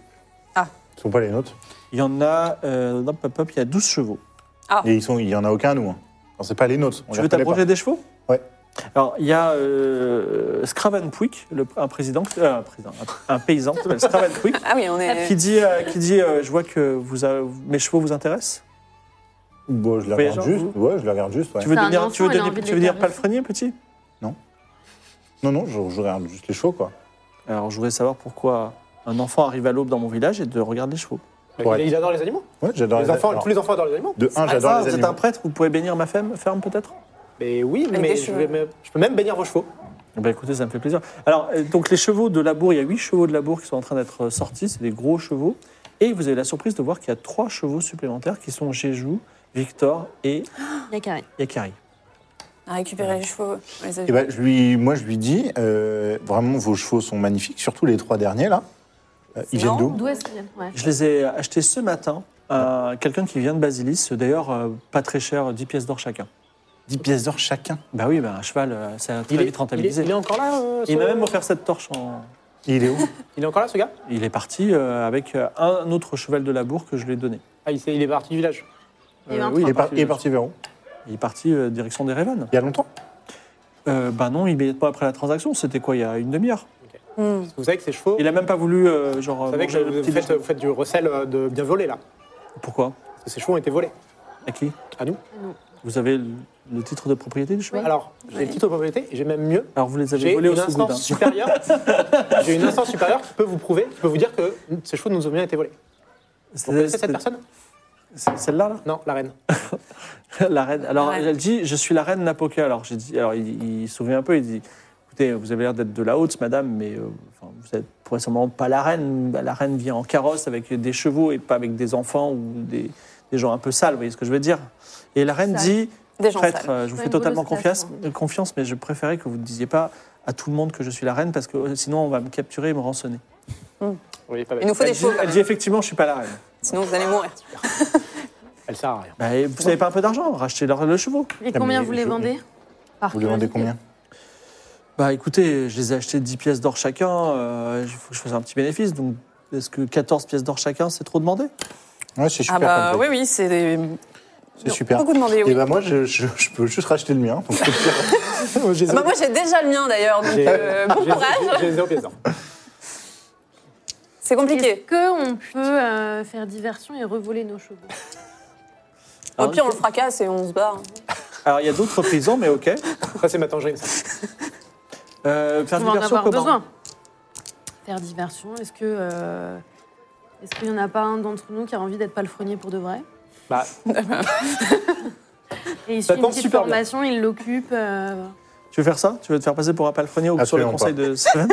C: Ce sont pas les nôtres.
A: Il y en a, euh, hop, hop, hop, il y a 12 chevaux.
C: Et ils sont, il y en a aucun, nous. hein. Non, c'est pas les nôtres. On
A: Tu
C: les
A: veux
C: reconnaît
A: t'approcher des chevaux
C: Ouais.
A: Alors, il y a euh, Scravan Pouic, le- un, président, euh, un, président, un, un paysan qui s'appelle Scravan Pouic,
B: Ah oui, on
A: qui
B: est.
A: dit, euh, qui dit euh, Je vois que vous, a- mes chevaux vous intéressent.
C: Bon, je la regarde
A: Voyageur,
C: juste.
A: vous
C: Ouais, je la regarde juste. ouais.
A: Tu veux,
E: C'est un
A: devenir,
E: enfant,
A: tu veux,
E: elle a
A: devenir-
E: envie de
A: tu veux dire
E: l'éclairer.
A: palefrenier, petit
C: Non, non, je, je regarde juste les chevaux, quoi.
A: Alors, je voulais savoir pourquoi un enfant arrive à l'aube dans mon village et de regarder les chevaux.
C: Ouais.
D: Il, il adore les animaux.
C: Ouais, j'adore
D: Les
C: les,
D: enfants,
C: alors,
D: tous les enfants adorent les animaux.
C: De un, j'adore
A: Ah, vous
C: les
A: êtes un
C: animaux.
A: prêtre, vous pouvez bénir ma ferme, ferme peut-être
D: Mais oui,
B: Avec
D: mais
B: des
D: je,
B: cheveux.
D: vais me- je peux même bénir vos chevaux.
A: Eh ben, écoutez, ça me fait plaisir. Alors, euh, donc les chevaux de labour, il y a huit chevaux de labour qui sont en train d'être euh, sortis, c'est des gros chevaux. Et vous avez la surprise de voir qu'il y a trois chevaux supplémentaires qui sont Jéjou, Victor et
E: Il y a Karine.
A: Yakari.
B: À récupérer les chevaux. On les a-
C: Et ben, je lui, moi, je lui dis, euh, vraiment, vos chevaux sont magnifiques, surtout les trois derniers, là. Euh, ils viennent
B: Non,
C: d'où
E: D'où est-ce qu'il vient Ouais.
A: Je les ai achetés ce matin à quelqu'un qui vient de Basilis, d'ailleurs euh, pas très cher, 10 pièces d'or chacun.
C: 10 pièces d'or chacun.
A: Bah oui, bah, un cheval, euh, c'est très
D: est-
A: vite rentabilisé.
D: il est- il est encore là euh, ce-
A: Il m'a même offert cette torche. En...
C: Il est où
D: Il est encore là, ce gars
A: Il est parti euh, avec euh, un autre cheval de labour que je lui ai donné.
D: Ah, il, s'est- il est parti du village.
E: Il y a eu un
C: Euh, Oui, il est,
E: train.
C: par- il est parti vers où
A: Il est parti euh, direction des Raven.
C: Il y a longtemps
A: Euh, bah non, immédiatement après la transaction, c'était quoi, il y a une demi-heure
B: Hmm.
D: Vous savez que ces chevaux,
A: Il a même pas voulu, euh, genre,
D: vous savez
A: manger
D: que
A: le
D: vous
A: petit
D: faites,
A: déjeuner.
D: vous faites du recel euh, de bien volé, là.
A: Pourquoi
D: Parce que ces chevaux ont été volés.
A: À qui
D: À nous.
A: Vous avez le le titre de propriété du cheval
D: Alors, j'ai le titre de propriété, et j'ai même mieux.
A: Alors vous les avez
D: J'ai une
A: volés au hein. sous
D: instance supérieure. J'ai une instance supérieure qui peut vous prouver, qui peut vous dire que ces chevaux nous ont bien été volés. Vous connaissez cette personne
A: Celle-là, là
D: Non, la reine.
A: La reine. Alors,
B: La reine.
A: elle dit Je suis la reine Napoca. Alors, j'ai dit, alors il, il se souvient un peu. Il dit Écoutez, vous avez l'air d'être de la haute, madame, mais euh, enfin, vous n'êtes probablement pas la reine. Bah, La reine vient en carrosse avec des chevaux et pas avec des enfants ou des, des gens un peu sales. Vous voyez ce que je veux dire Et la reine
E: Sales.
A: dit
B: Des gens
A: Prêtre,
B: sales.
A: euh, je vous
E: Pas
A: fais
E: une
A: totalement
E: bouleuse
A: confiance,
E: place,
A: euh, confiance, mais je préférais que vous ne disiez pas à tout le monde que je suis la reine parce que euh, sinon on va me capturer et me rançonner.
D: Oui, pas
B: Il nous faut
A: Elle
B: des
A: dit,
B: chevaux. quand
A: elle
B: même.
A: dit effectivement, je suis pas la reine.
B: Sinon, vous allez mourir.
D: Elle sert à rien.
A: Bah, et vous n'avez pas un peu d'argent Rachetez leur, le chevaux.
E: Et
C: Ah,
E: combien
C: mais
E: vous les
C: je-
E: vendez Par
C: Vous lui vendez
E: curiosité.
C: combien
A: Bah écoutez, je les ai achetés 10 pièces d'or chacun, euh, il faut que je fasse un petit bénéfice, donc est-ce que 14 pièces d'or chacun, c'est trop demandé
C: Ouais, c'est
B: Ah
C: super.
B: bah
C: comme
B: oui,
C: prix.
B: oui, c'est des...
C: C'est super.
B: Beaucoup demandé,
C: Et
B: oui.
C: bah, moi, je, je- je peux juste racheter le mien. Donc,
D: J'ai
B: Ah bah, moi, j'ai déjà le mien, d'ailleurs, donc
D: J'ai-
B: euh, bon
D: j'ai-
B: courage.
D: j'ai- j'ai zéro pièce d'or.
B: C'est
E: Est-ce
B: compliqué.
E: qu'on peut euh, faire diversion et revoler nos chevaux
B: Au pire, on le fracasse et on se barre.
A: Alors il y a d'autres prisons, mais ok.
D: Ça, c'est ma tangerine. ça.
A: Euh, faire
E: On va en
A: diversion
E: avoir
A: comment
E: besoin. Faire diversion, est-ce que euh, est-ce qu'il n'y en a pas un d'entre nous qui a envie d'être palefrenier pour de vrai
D: Bah,
E: Et il
D: Ça
E: suit une
D: tombe
E: petite
D: super
E: formation, il l'occupe. euh,
A: Tu veux faire ça Tu veux te faire passer pour un palefrenier ou sur le
C: Absolument
A: conseil de Seven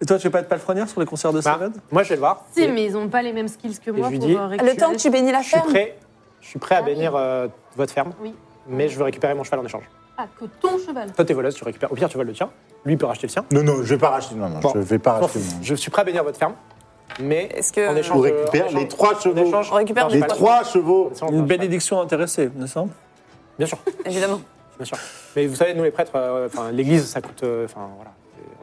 A: Et toi, tu veux pas être palefrenière sur les concerts de
D: bah,
A: Seven
D: moi, je vais le voir.
E: Si,
D: Et
E: mais ils n'ont pas les mêmes skills que moi
D: je lui
E: pour
D: dis-
E: euh, récupérer.
B: Ah, Le temps que tu bénis la
D: Je suis
B: ferme. Ah
D: prêt, je suis prêt à bénir euh, votre ferme,
E: Oui.
D: mais je veux récupérer mon cheval en échange.
E: Ah, que ton cheval.
D: Toi, t'es voleuse, tu récupères. Au pire, tu voles le tien. Lui, il peut racheter le sien.
C: non, non, je vais pas racheter. Non, non,
D: Bon.
C: je vais pas
D: Bon,
C: racheter. le mien.
D: je suis prêt à bénir votre ferme, mais
B: Est-ce que-
D: en échange, euh,
C: On récupère
D: en échange-
C: les trois
D: en
C: chevaux.
D: échange-
B: On récupère
D: non,
B: les
C: Les
D: pas le-
C: trois chevaux
D: Sans-
A: Une bénédiction intéressée, me semble.
D: Bien sûr,
B: Évidemment.
D: bien sûr. Mais vous savez, nous les prêtres, euh, enfin l'église, ça coûte. euh, Enfin voilà,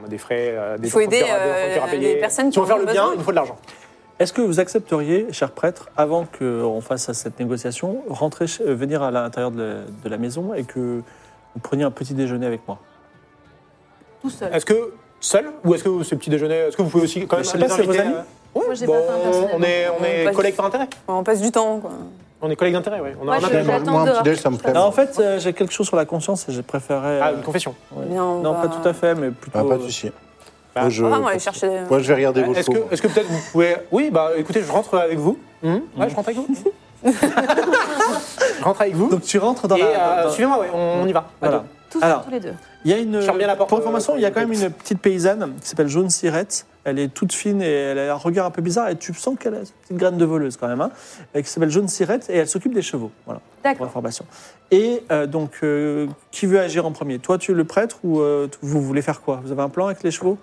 D: on a des frais, euh, des
B: Il faut
D: enfants de
B: aider,
D: cœur à- des enfants de
B: euh,
D: cœur à payer.
B: les personnes qui
D: Si on veut
B: en
D: faire
B: ont
D: le bien,
B: besoin.
D: il nous faut de l'argent.
A: Est-ce que vous accepteriez, cher prêtre, avant qu'on fasse à cette négociation, rentrer, chez- euh, venir à l'intérieur de, la- de la maison et que vous preniez un petit déjeuner avec moi
E: Tout seul.
D: Est-ce que seul ou est-ce que ce petit déjeuner, est-ce que vous pouvez aussi quand
A: Mais
C: Bah,
D: même
A: je sais
D: les
A: pas, c'est vos
D: inviter,
A: amis
D: euh, ouais,
E: Moi, j'ai
D: bon,
E: pas faim, personnellement.
D: on est, on est
B: Pas
D: collègues
B: du-
D: par intérêt.
B: On passe du temps, quoi.
D: On est collègues d'intérêt, oui. On a
E: Moi,
D: un
E: je-
D: intérêt.
E: j'attends
C: Moi, un petit
E: dehors.
C: déj, ça me plaît.
A: Non, en fait, euh, j'ai quelque chose sur la conscience et j'ai préféré.
D: Ah,
A: euh,
D: une confession.
A: Ouais.
B: Bien, on
A: non,
B: va-
A: pas tout à fait, mais plutôt.
C: Ah,
D: euh,
C: pas de souci.
D: Bah,
C: Moi, je-
B: on va aller chercher-
C: Moi, je vais regarder vos
D: Euh, Est-ce
C: chevaux.
D: que, est-ce que peut-être vous pouvez. Oui, bah écoutez, je rentre avec vous. Mhm. Ouais, je rentre avec vous. je rentre avec vous.
A: Donc tu rentres dans
D: et
A: la.
D: euh,
A: dans-
D: suivez-moi, ouais, on, on y va. À
A: Voilà.
D: deux.
E: Tous,
A: Alors,
E: tous les deux.
A: Il y a une.
D: Je reviens à la porte,
A: pour information,
D: euh,
A: il y a quand même
D: peut-être.
A: une petite paysanne qui s'appelle Jaune Sirette. Elle est toute fine et elle a un regard un peu bizarre et tu sens qu'elle a cette petite graine de voleuse quand même. hein, et qui s'appelle Jaune Sirette et elle s'occupe des chevaux. Voilà, pour
E: D'accord.
A: information. Et euh, donc, euh, qui veut agir en premier Toi, tu es le prêtre ou euh, tu- vous voulez faire quoi Vous avez un plan avec les chevaux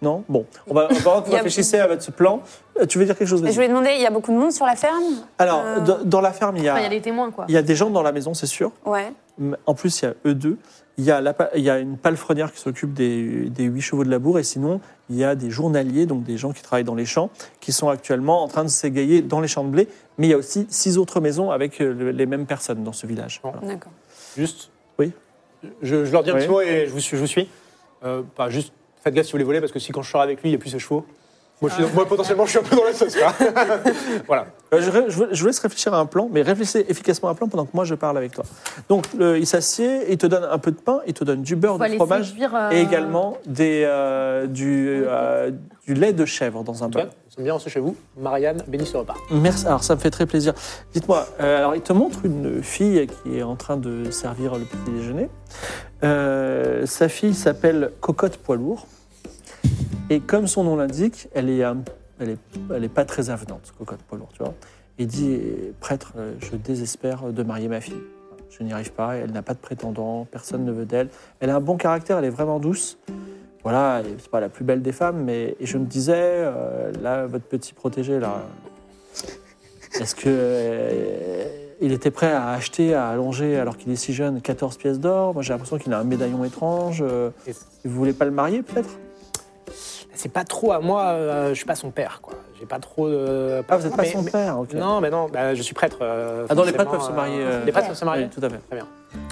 A: Non Bon, on va, on va- vous
B: Il y a-
A: réfléchissez à votre plan. Euh, Tu veux dire quelque chose
B: Et
A: vas-y.
B: je voulais demander, il y a beaucoup de monde sur la ferme
A: Alors,
B: euh,
A: dans, dans la ferme, il y a-
E: Enfin, il y a les témoins, quoi.
A: il y a des gens dans la maison, c'est sûr.
B: Ouais.
A: En plus, il y a eux deux. Il y a, la pa- il y a une palefrenière qui s'occupe des, des huit chevaux de labour, et sinon, il y a des journaliers, donc des gens qui travaillent dans les champs, qui sont actuellement en train de s'égayer dans les champs de blé. Mais il y a aussi six autres maisons avec euh, le- les mêmes personnes dans ce village.
D: Bon.
A: Voilà.
B: D'accord.
D: Juste.
A: Oui.
D: Je, je leur dis un
A: Oui.
D: petit mot et je vous, suis- je vous suis. Euh, bah, juste, faites gaffe si vous les volez, parce que si quand je sors avec lui, il n'y a plus ses chevaux. Moi, je suis- moi, potentiellement, je suis un peu dans la sauce. quoi. voilà.
A: Euh, Je, je vous- je vous laisse réfléchir à un plan, mais réfléchissez efficacement à un plan pendant que moi je parle avec toi. Donc le- il s'assied, il te donne un peu de pain, il te donne du beurre,
F: On va
A: du
F: les
A: fromage
F: séduire, euh,
A: et également des, euh, du, euh, du lait de chèvre dans un bol.
D: Antoine, nous sommes bien reçus chez vous. Marianne, bénis ce repas.
A: Merci, alors ça me fait très plaisir. Dites-moi, euh, alors il te montre une fille qui est en train de servir le petit déjeuner. Euh, sa fille s'appelle Cocotte Poids Lourd. Et comme son nom l'indique, elle est, euh, elle, est, elle est pas très avenante, Cocotte Poids Lourd, tu vois. Il dit, prêtre, euh, je désespère de marier ma fille. Je n'y arrive pas, elle n'a pas de prétendant, personne ne veut d'elle. Elle a un bon caractère, elle est vraiment douce voilà, et c'est pas la plus belle des femmes, mais et je me disais, euh, là, votre petit protégé, là, est-ce que euh, il était prêt à acheter, à allonger, alors qu'il est si jeune, 14 pièces d'or Moi, j'ai l'impression qu'il a un médaillon étrange. euh, vous voulez pas le marier, peut-être
D: C'est pas trop à moi, euh, je suis pas son père, quoi. J'ai pas trop. euh,
A: Ah, vous n'êtes pas
D: mais-
A: son
D: mais-
A: père, ok.
D: Non, mais non, bah, je suis prêtre. euh,
A: Ah, non, les prêtres
D: forcément,
A: peuvent se marier.
D: euh,
A: euh,
D: Les prêtres peuvent se marier.
A: Oui, tout à fait.
D: Bah,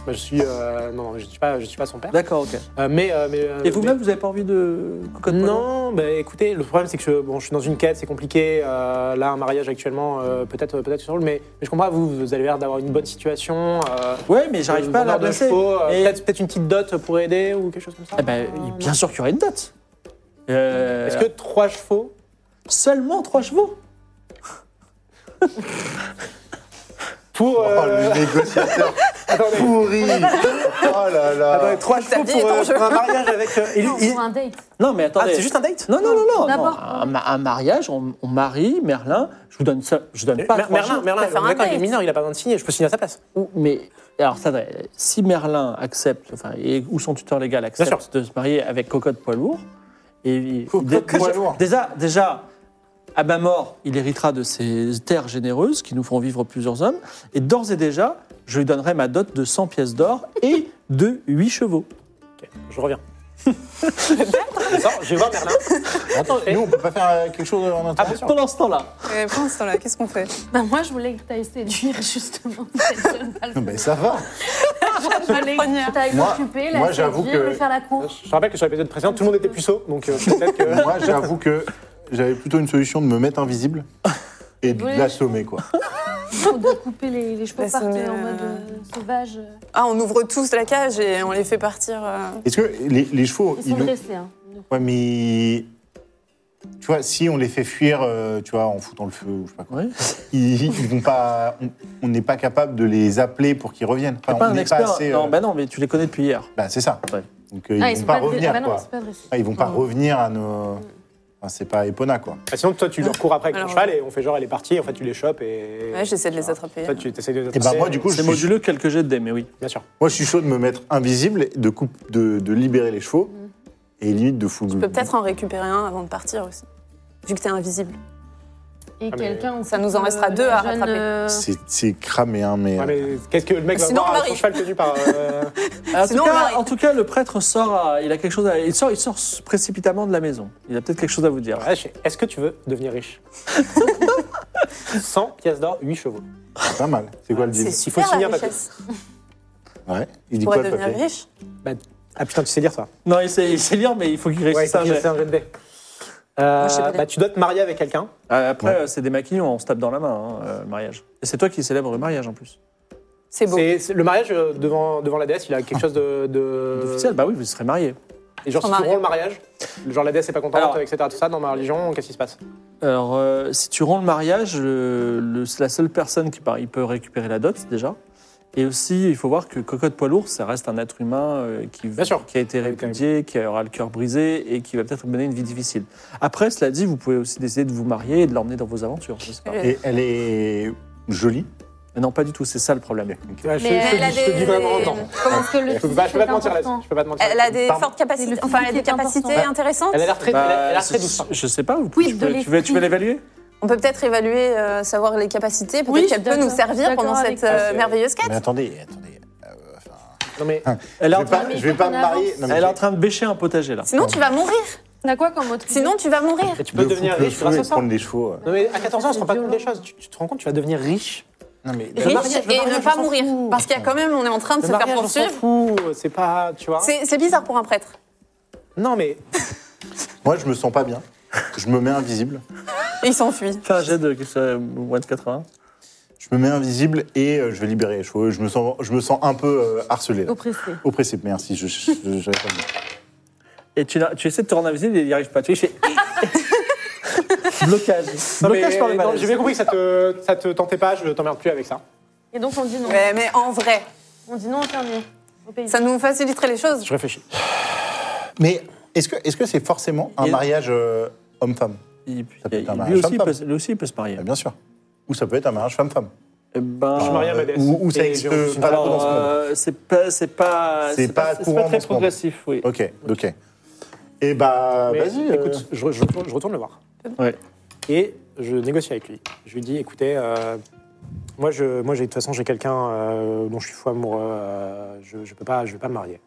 D: je suis. euh, non, non, je suis pas, je suis pas son père.
A: D'accord, ok.
D: Euh, mais, euh, mais, euh,
A: Et vous-même, vous avez pas envie de cocotte
D: mais-
A: poids lourd
D: Non, bah, écoutez, le problème c'est que je, bon, je suis dans une quête, c'est compliqué. euh, là, un mariage actuellement, euh, peut-être, peut-être sur le, mais, mais je comprends. Vous, vous avez l'air d'avoir une bonne situation. euh,
A: Ouais, mais j'arrive
D: de
A: pas à la
D: vendeur de
A: placer.
D: chevaux, euh,
A: Et-
D: Peut-être, peut-être une petite dot pour aider ou quelque chose comme ça.
A: Eh ben, bien sûr qu'il y aurait une dot. Euh,
D: Est-ce que trois chevaux
A: seulement trois chevaux
D: pour
C: Oh,
D: euh,
C: le négociateur
D: attendez,
C: pourri Oh là là
A: Ah bah,
D: attendez, trois chevaux
B: vie est
D: pour,
B: en
D: euh,
B: jeu.
D: pour un mariage avec. euh, il-
F: Non,
D: il-
F: pour un date.
A: Non, mais attendez.
D: Ah, c'est juste un date
A: Non, non, non, non.
F: D'abord,
A: non. Un, ma- un mariage, on, on marie, Merlin, je vous donne ça, je vous donne pas
D: Eh, Mer-
A: trois
D: Merlin,
A: jours.
D: Merlin,
B: Faut faire un
D: Merlin, quand il est
B: date.
D: mineur, il a pas besoin de signer, je peux signer à sa place.
A: Ou- mais alors ça, euh, si Merlin accepte, enfin, et, ou son tuteur légal
D: Bien
A: accepte
D: sûr.
A: de se marier avec Cocotte Poids Lourd, et
C: Cocotte Poids Lourd.
A: déjà, déjà, à ma mort, il héritera de ses terres généreuses qui nous feront vivre plusieurs hommes, et d'ores et déjà, je lui donnerai ma dot de 100 pièces d'or et de 8 chevaux.
D: Ok, je reviens. Attends, je vais voir Merlin. Attends,
C: Nous, on peut pas faire euh, quelque chose en
A: Ah,
C: intervention
A: pendant ce temps-là,
B: Et pour l'instant, là, qu'est-ce qu'on fait
F: Bah, moi, je voulais que t'ailles séduire justement cette jeune
C: Non,
F: balcon.
C: mais ça va
F: Je voulais que t'ailles
C: Moi-
F: l'occuper, la
C: moi, j'avoue
F: séduire,
C: que-
F: lui faire la cour.
D: Je rappelle que sur l'épisode précédent, tout le monde était puceau, donc euh, peut-être que.
C: Moi, j'avoue que j'avais plutôt une solution de me mettre invisible et de
E: Oui.
C: l'assommer, quoi.
F: Ou de couper les, les chevaux
B: Bah,
F: par
B: c'est
F: terre en
B: une,
F: mode
B: euh,
F: euh, sauvage.
B: Ah, on ouvre tous la cage et on les fait partir. euh,
C: Est-ce que les, les chevaux,
E: Ils
C: ils
E: sont
C: nous-
E: dressés. hein.
C: Ouais, mais. Tu vois, si on les fait fuir, euh, tu vois, en foutant le feu ou je sais pas quoi,
A: Ouais.
C: ils, ils vont pas. on- On n'est pas capable de les appeler pour qu'ils reviennent. Enfin,
A: t'es pas
C: on
A: un
C: n'est
A: expert.
C: assez, euh,
A: Non, bah non, mais tu les connais depuis hier.
C: bah, c'est ça.
A: Ouais.
C: Donc, euh, ils
E: Ah,
C: vont
E: sont
C: pas
E: dre-
C: revenir,
E: ah, bah non,
C: quoi.
E: ils sont pas dressés.
C: Ah, ils vont pas
B: Oh.
E: Non.
C: revenir à nos. Enfin, c'est pas Epona, quoi.
D: Ah, sinon, toi, tu leur cours après avec ton
B: Alors,
D: cheval et on fait genre, elle est partie, en fait, tu les chopes et.
B: Ouais, j'essaie de les attraper.
D: Toi, tu essaies de les
C: Et
D: attraper.
C: bah, moi, du coup, je
A: C'est
C: suis,
A: moduleux quelques jets de dés, mais oui.
D: Bien sûr.
C: moi, je suis chaud de me mettre invisible, et de, coupe, de, de libérer les chevaux et limite de foutre.
B: Mm. Tu peux peut-être en récupérer un avant de partir aussi. Vu que t'es invisible.
E: Et
D: mais
E: quelqu'un.
B: ça nous en restera deux à rattraper.
E: euh,
C: C'est c'est cramé, hein, mais.
D: Ouais, mais qu'est-ce que le mec
B: Ah, Sinon,
D: va
B: on
D: voir euh,
B: marie.
D: son cheval tenu par. euh,
A: En tout,
B: Sinon, on
A: cas,
B: l'arrête.
A: en tout cas, le prêtre sort, à- il a quelque chose à- il sort, il sort précipitamment de la maison. Il a peut-être quelque chose à vous dire.
D: Ouais, je- Est-ce que tu veux devenir riche 100 pièces d'or, 8 chevaux.
C: C'est pas mal. C'est quoi le deal
B: C'est
D: faut
B: super
D: signer un
B: la richesse.
C: Ouais. Il dit
B: Pour
C: quoi le
B: devenir
C: papier
B: riche.
D: Ah putain, tu sais lire ça
A: Non, il sait, il sait lire, mais il faut qu'il réussisse un jet.
D: c'est un jet de dés. Euh,
B: Moi, je sais pas lire.
D: bah, tu dois te marier avec quelqu'un.
A: Euh, Après, euh, c'est des maquillons, on se tape dans la main, hein, euh, le mariage. Et c'est toi qui célèbre le mariage en plus.
B: C'est beau.
D: C'est- c'est- Le mariage euh, devant, devant la déesse, il a quelque chose de. de...
A: Officiel, bah oui, vous serez mariés.
D: Et genre,
B: Son
D: si tu
B: mari.
D: romps le mariage, genre la déesse est pas contente,
A: Alors-
D: etc. Tout ça, dans ma religion, qu'est-ce qui se passe
A: Alors, euh, si tu rends le mariage, le- le- c'est la seule personne qui par- il peut récupérer la dot déjà. Et aussi, il faut voir que Cocotte Poids Lourd, ça reste un être humain euh, qui,
D: Bien sûr.
A: qui a été
D: Oui, quand
A: répudié, qui aura le cœur brisé et qui va peut-être mener une vie difficile. Après, cela dit, vous pouvez aussi décider de vous marier et de l'emmener dans vos aventures. je sais pas.
B: Euh,
C: Et elle est jolie.
A: Mais non, pas du tout, c'est ça le problème. Bah,
D: Ouais, je,
E: Mais
D: je-
B: elle a
D: je te dis
B: des-
D: vraiment non.
B: Comment-
E: Parce que le
D: Je peux pas, je peux pas te mentir là-dessus.
E: important.
D: Je peux pas te mentir.
B: Elle a des
D: Pardon.
B: fortes
F: Mais le
B: capacités. Enfin, elle a
F: physique
B: des
F: est important.
B: capacités
F: Bah,
B: intéressantes.
D: Elle a l'air très, elle a- elle a l'air très
A: je-
D: douce. hein.
A: Je sais pas, vous,
F: Oui,
A: tu,
F: de
A: veux, tu veux- tu veux
F: l'esprit.
A: l'évaluer
B: On peut peut-être évaluer, euh, savoir les capacités. Peut-être
E: Oui, je suis
B: qu'elle peut nous
E: d'accord. Je
B: servir
E: suis
B: pendant
E: d'accord
B: cette
E: avec
B: euh,
D: toi.
B: merveilleuse quête.
C: Mais attendez, attendez. euh, enfin,
D: Non mais
A: Elle est en
C: je vais
A: train,
C: pas,
E: mais
C: je vais
E: faut
C: pas
E: qu'on
C: me marier.
E: avance.
C: Non, mais
A: elle est
C: je-
A: en train de bêcher un potager là.
B: Sinon, tu vas mourir.
E: On a quoi comme autre idée
B: Sinon, tu vas mourir.
D: tu peux
C: de
D: devenir
C: foutre le
D: riche
C: feu
D: grâce
C: et
D: à
C: de
D: ça.
C: prendre les chevaux. euh.
D: Non mais à 14 ans, on se rend pas compte des
E: violent.
D: choses. Tu, tu te rends compte, tu vas devenir riche.
C: Non, mais
D: Le
B: riche
D: mariage, le
B: et
D: mariage,
B: ne
D: on
B: pas
D: s'en
B: mourir.
D: fout.
B: Parce qu'il y a quand même, on est en train de
D: Le
B: se faire
D: mariage, on s'en
B: poursuivre.
D: fout. C'est pas, tu vois.
B: C'est c'est bizarre pour un prêtre.
D: Non mais
C: moi, je me sens pas bien. Je me mets invisible.
B: Il s'enfuit.
A: Fais un jet de qu'est-ce que c'est, moins de 80.
C: Je me mets invisible et euh, je vais libérer les chevaux. Je me sens, je me sens un peu euh, harcelé. là.
E: Oppressé.
C: Oppressé, merci. Je, je- je- j'avais pas dit.
A: Et tu, n'as- tu essaies de te rendre invisible et il n'y arrive pas. Tu fais. Blocage. Blocage par le
D: Mais non,
A: malaise.
D: J'ai bien compris que ça te, ça te tentait pas, je t'emmerde plus avec ça.
E: Et donc on dit non.
B: Mais, mais en vrai,
E: On dit non au fermier. Au pays.
B: ça nous faciliterait les choses.
D: Je réfléchis.
C: Mais est-ce que est-ce que c'est forcément un
A: Et-
C: mariage euh, homme-femme
A: Il-
C: Ça peut être un
A: il-
C: mariage
A: lui, aussi, il
C: femme-femme.
A: peut, lui aussi, il peut se marier.
C: Eh Bien sûr. Ou ça peut être un mariage femme-femme.
A: Eh ben,
D: Je suis marié à Madès.
C: Ou- euh, ou ça
D: Et
C: existe
D: j'ai reçu Ah, une
C: pas
D: femme.
C: dans
A: alors,
C: ce moment.
A: euh, c'est pas, c'est pas,
C: C'est pas
A: c'est
C: courant
A: très
C: dans ce moment.
A: progressif, oui.
C: Ok, euh, ok. Et bah,
D: Mais
C: vas-y. euh,
D: Écoute, je, je retourne, je retourne le voir.
A: Ouais.
D: Et je négocie avec lui. Je lui dis, écoutez, euh, moi, je, moi, j'ai- de toute façon, j'ai quelqu'un euh, dont je suis fou amoureux. euh, je, je peux pas, je vais pas me marier.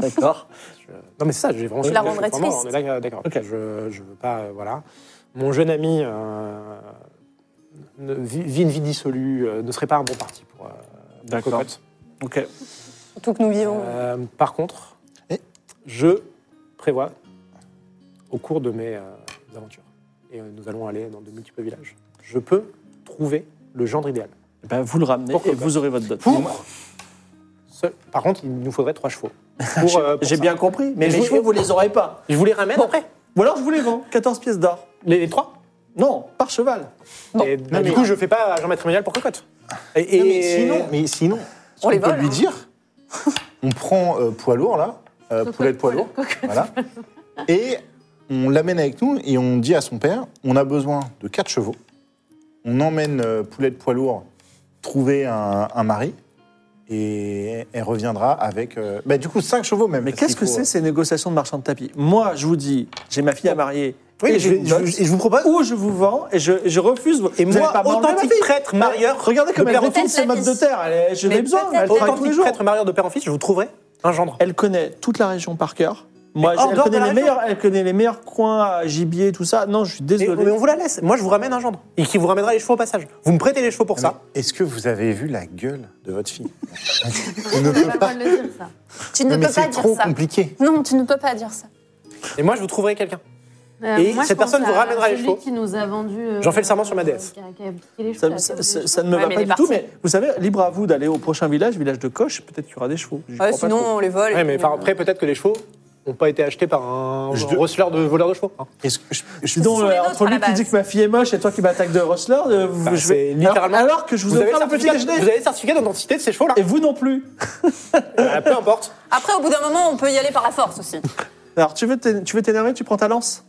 A: D'accord.
D: Je- Non, mais c'est ça, j'ai vraiment.
B: Tu la
D: je- je-
B: rendrais
D: vraiment,
B: triste.
D: On est là, d'accord.
A: Ok.
D: Je, je veux pas, euh, voilà. Mon jeune ami euh, ne- vit, vit une vie dissolue, euh, ne serait pas un bon parti pour. euh, pour
A: D'accord.
D: cocotte.
A: Ok.
B: Surtout que nous vivons.
D: Euh, par contre,
C: Et
D: je prévois, au cours de mes euh, aventures, et euh, nous allons aller dans de multiples villages, je peux trouver le gendre idéal.
A: Eh Ben, vous le ramenez
D: Pourquoi
A: et
D: pas
A: vous aurez votre dot.
D: Seul- Par contre, il nous faudrait trois chevaux. Pour, euh, pour
A: J'ai
D: ça.
A: bien compris, mais
D: je
A: les
D: vous-
A: chevaux, vous les aurez pas.
D: Je vous les ramène après
A: Ou alors je vous les vends. 14 pièces d'or.
D: Les, les trois
A: Non, par cheval.
D: Et bah, Du coup, je fais pas Jean-Maître Ménial pour Cocotte. Et,
C: Non,
D: et-
C: mais sinon, mais sinon, on,
B: les
C: peut
B: vole,
C: lui
B: hein.
C: dire. On prend euh, poids lourd là, euh, poulet de poids lourd, voilà, et on l'amène avec nous et on dit à son père, on a besoin de quatre chevaux. On emmène euh, poulet de poids lourd trouver un, un mari et elle reviendra avec. euh, bah, du coup, cinq chevaux même.
A: Mais
C: parce
A: qu'est-ce que
C: qu'il faut, euh,
D: euh,
A: c'est ces négociations de marchand de tapis Moi, je vous dis, j'ai ma fille à marier.
D: Oui,
A: et
D: mais
A: j'ai
D: je-
A: une
D: je-
A: dot,
D: je- je vous propose-
A: Ou je vous vends et je, je refuse.
D: Et
A: Vous
D: moi,
A: allez pas m'enlever
D: authentique
A: ma fille.
D: traître, marieur,
A: Euh, Regardez comme
D: de
A: elle
D: père en
A: retourne
D: fils,
A: ses
D: la
A: modes de
D: fille.
A: terre. Elle est- je l'ai
B: Mais
A: besoin. Elle
B: peut-être
A: travaille tous les
D: Authentique
A: jours.
D: traître marieur de père en fils, je vous trouverai un gendre.
A: Elle connaît toute la région par cœur. Moi,
D: Mais
A: je-
D: en
A: elle
D: dehors de
A: connaît,
D: la
A: les
D: région.
A: meilleurs, elle connaît les meilleurs coins à gibier, tout ça. Non, je suis
D: Mais,
A: désolé.
D: mais on vous la laisse. Moi, je vous ramène un gendre. Et qui vous ramènera les chevaux au passage. Vous me prêtez les chevaux pour
C: Mais
D: ça.
C: bah, Est-ce que vous avez vu la gueule de votre fille
E: On
C: ne
E: n'a
C: peut
E: pas
C: pas.
E: le droit de le dire, ça.
B: Tu ne
C: Non, mais
B: peux pas
C: c'est
B: dire
C: trop
B: ça.
C: compliqué.
B: Non, tu ne peux pas dire ça.
D: Et moi, je vous trouverai quelqu'un.
E: Euh,
D: Et
E: moi, je
D: cette
E: pense
D: personne vous
E: à
D: ramènera les
E: celui
D: chevaux.
E: qui nous a vendu. euh,
D: J'en fais le serment sur ma déesse.
E: qui a- qui a appliqué les
A: Ça,
E: choses,
A: ça-
E: la
A: ça-
E: théorie
A: ça ne me
B: Ouais,
A: va
B: mais
A: pas
B: elle
A: du
B: est
A: tout, mais vous savez, libre à vous d'aller au prochain village, village de Coche, peut-être qu'il y aura des chevaux. J'y
B: Ouais,
A: crois pas
B: Euh, sinon,
A: trop.
B: on les vole.
D: Ouais, mais enfin, après, peut-être que les chevaux n'ont pas été achetés par un
C: Je-
D: un receleur de voleurs de chevaux. hein.
C: Est-ce que je- je-
A: Dis donc,
B: sont
A: euh,
B: les nôtres,
A: entre
B: à la
A: lui qui
B: base.
A: dit que ma fille est moche et toi qui m'attaque de Rustler, euh, vous-
D: Bah,
A: je vais-
D: c'est littéralement-
A: Alors, alors que je vous,
D: Vous,
A: ai
D: avez
A: offert
D: le
A: le petit
D: certificat-
A: déjeuner.
D: vous avez le certificat d'authenticité de ces chevaux-là
A: Et vous non plus.
D: Euh, Peu importe.
B: Après, au bout d'un moment, on peut y aller par la force aussi.
A: Alors, tu veux t'é- tu veux t'énerver, tu prends ta lance.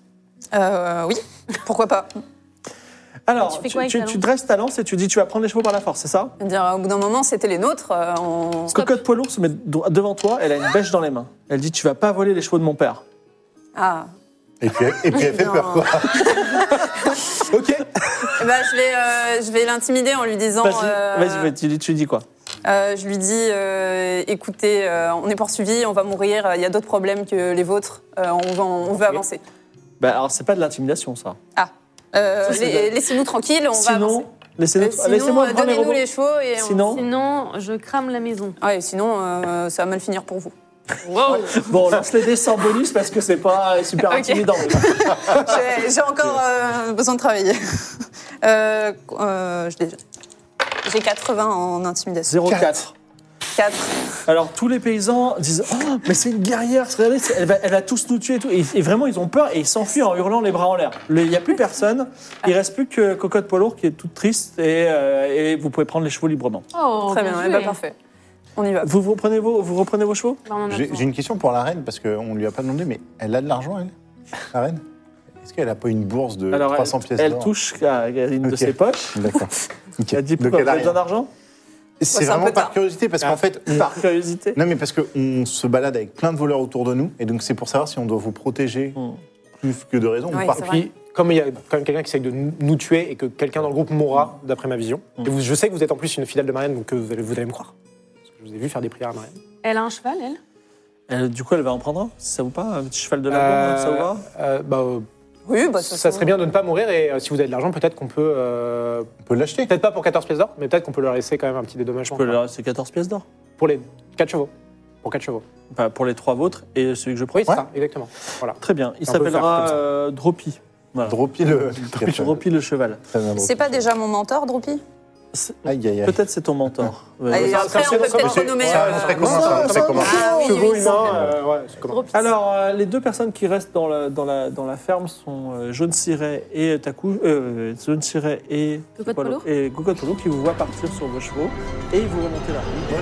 B: Euh, oui, pourquoi pas.
A: Alors,
E: Tu fais
A: tu,
E: quoi avec
A: tu-
E: ta
A: tu
E: lance
A: dresses ta lance et tu dis tu vas prendre les chevaux par la force, c'est ça
B: Je veux Dire, au bout d'un moment, c'était les nôtres. euh, on-
A: Cocotte poids lourd se met do- devant toi, elle a une bêche dans les mains. Elle dit Tu vas pas voler les chevaux de mon père.
B: Ah.
C: Et puis, et puis elle fait
B: Non.
C: peur quoi.
D: Ok.
B: Eh ben, je vais, euh, je vais l'intimider en lui disant.
A: Vas-y,
B: euh,
A: vas-y, vas-y, tu dis- tu dis quoi
B: euh, je lui dis, euh, écoutez, euh, on est poursuivi, on va mourir. euh, Il y a d'autres problèmes que les vôtres. euh, on, va- on veut avancer.
A: Bah, alors, c'est pas de l'intimidation, ça.
B: Ah. Euh,
A: Ça, c'est
B: les- Laissez-nous tranquilles, on va avancer.
A: Sinon, laissez-nous-
B: Euh, sinon,
A: laissez-moi
B: euh,
A: prendre les
B: donnez-nous
A: robots.
B: les chevaux et on-
A: Sinon,
E: Sinon, je crame la maison.
B: Ouais, sinon, euh, ça va mal finir pour vous.
A: bon, on lance les dés sans bonus parce que c'est pas super
B: Ok.
A: intimidant. mais-
B: J'ai j'ai encore euh, besoin de travailler. Euh, euh, je l'ai- J'ai 80 en intimidation.
A: 0,4.
B: 4.
A: Alors, tous les paysans disent Oh, mais c'est une guerrière, regardez, c'est- elle va, elle va tous nous tuer et tout. Et, et vraiment, ils ont peur et ils s'enfuient en hurlant les bras en l'air. Le- Il n'y a plus personne. Il reste plus que Cocotte poids lourd qui est toute triste et, euh, et vous pouvez prendre les chevaux librement.
E: Oh,
B: Très bien, eh
E: joué.
B: ben, parfait. On y va.
A: Vous, vous, reprenez vos, vous reprenez vos chevaux
E: Bah, on en a
C: J'ai
E: besoin.
C: j'ai une question pour la reine, parce qu'on ne lui a pas demandé, mais elle a de l'argent, elle La reine Est-ce qu'elle n'a pas une bourse de
A: Alors,
C: 300
A: elle,
C: pièces
A: elle
C: d'or
A: touche à une de
C: Ok.
A: ses poches.
C: D'accord. Ok.
A: Elle dit
C: Donc,
A: pourquoi vous
C: elle
A: avez
C: a rien.
A: besoin d'argent
C: C'est
B: Ouais, c'est un
C: vraiment
B: peu
C: par
B: tard.
C: curiosité, parce qu'en fait, on-
A: Par curiosité.
C: non mais parce qu'on se balade avec plein de voleurs autour de nous, et donc c'est pour savoir si on doit vous protéger plus que de raison
B: Ouais,
C: ou pas.
B: c'est vrai.
D: Puis, comme il y a quand même quelqu'un qui essaye de nous nous tuer et que quelqu'un dans le groupe mourra, d'après ma vision, et vous- je sais que vous êtes en plus une fidèle de Marianne, donc euh, vous allez, vous allez me croire. Parce que je vous ai vu faire des prières à Marianne.
E: Elle a un cheval, elle
A: Elle, Euh, du coup, elle va en prendre un, si ça vous pas Un petit cheval de la
D: Euh,
A: Ah ça vous va
D: euh, bah, euh,
B: Oui, bah,
D: ça serait bien de ne pas mourir et euh, si vous avez de l'argent, peut-être qu'on peut. euh,
C: On peut l'acheter.
D: peut-être pas pour 14 pièces d'or, mais peut-être qu'on peut leur laisser quand même un petit dédommagement.
A: Je peux leur- C'est 14 pièces d'or.
D: Pour les 4 chevaux. Pour 4 chevaux.
A: Enfin, pour les trois vôtres et celui que je prends.
D: Oui, c'est
C: Ouais.
D: ça, exactement. Voilà.
A: Très bien. Il
D: On peut faire
A: s'appellera
D: comme ça.
A: euh, Dropi. Voilà.
C: Dropi le.
A: Puis tu replies le cheval.
C: Très bien, Dropi.
B: C'est pas déjà mon mentor, Dropi
A: C'est-
C: Aïe, aïe, aïe.
A: Peut-être c'est ton mentor.
B: Allez,
A: Ouais.
B: Après, on peut peut-être renommer.
C: Ça,
B: euh,
C: on ferait comment ça On ferait comment
B: Ah oui,
D: Chevaux
B: oui,
D: humains, euh, ouais, c'est comment
A: Alors, euh, les deux personnes qui restent dans la, dans la, dans la ferme sont euh, Jaune Ciré et Taku, euh, Jaune Ciré et
E: Cocotte
A: Polo-
E: Polo.
A: et Cocotte Polo qui vous voient partir sur vos chevaux et ils vous remontez la rue.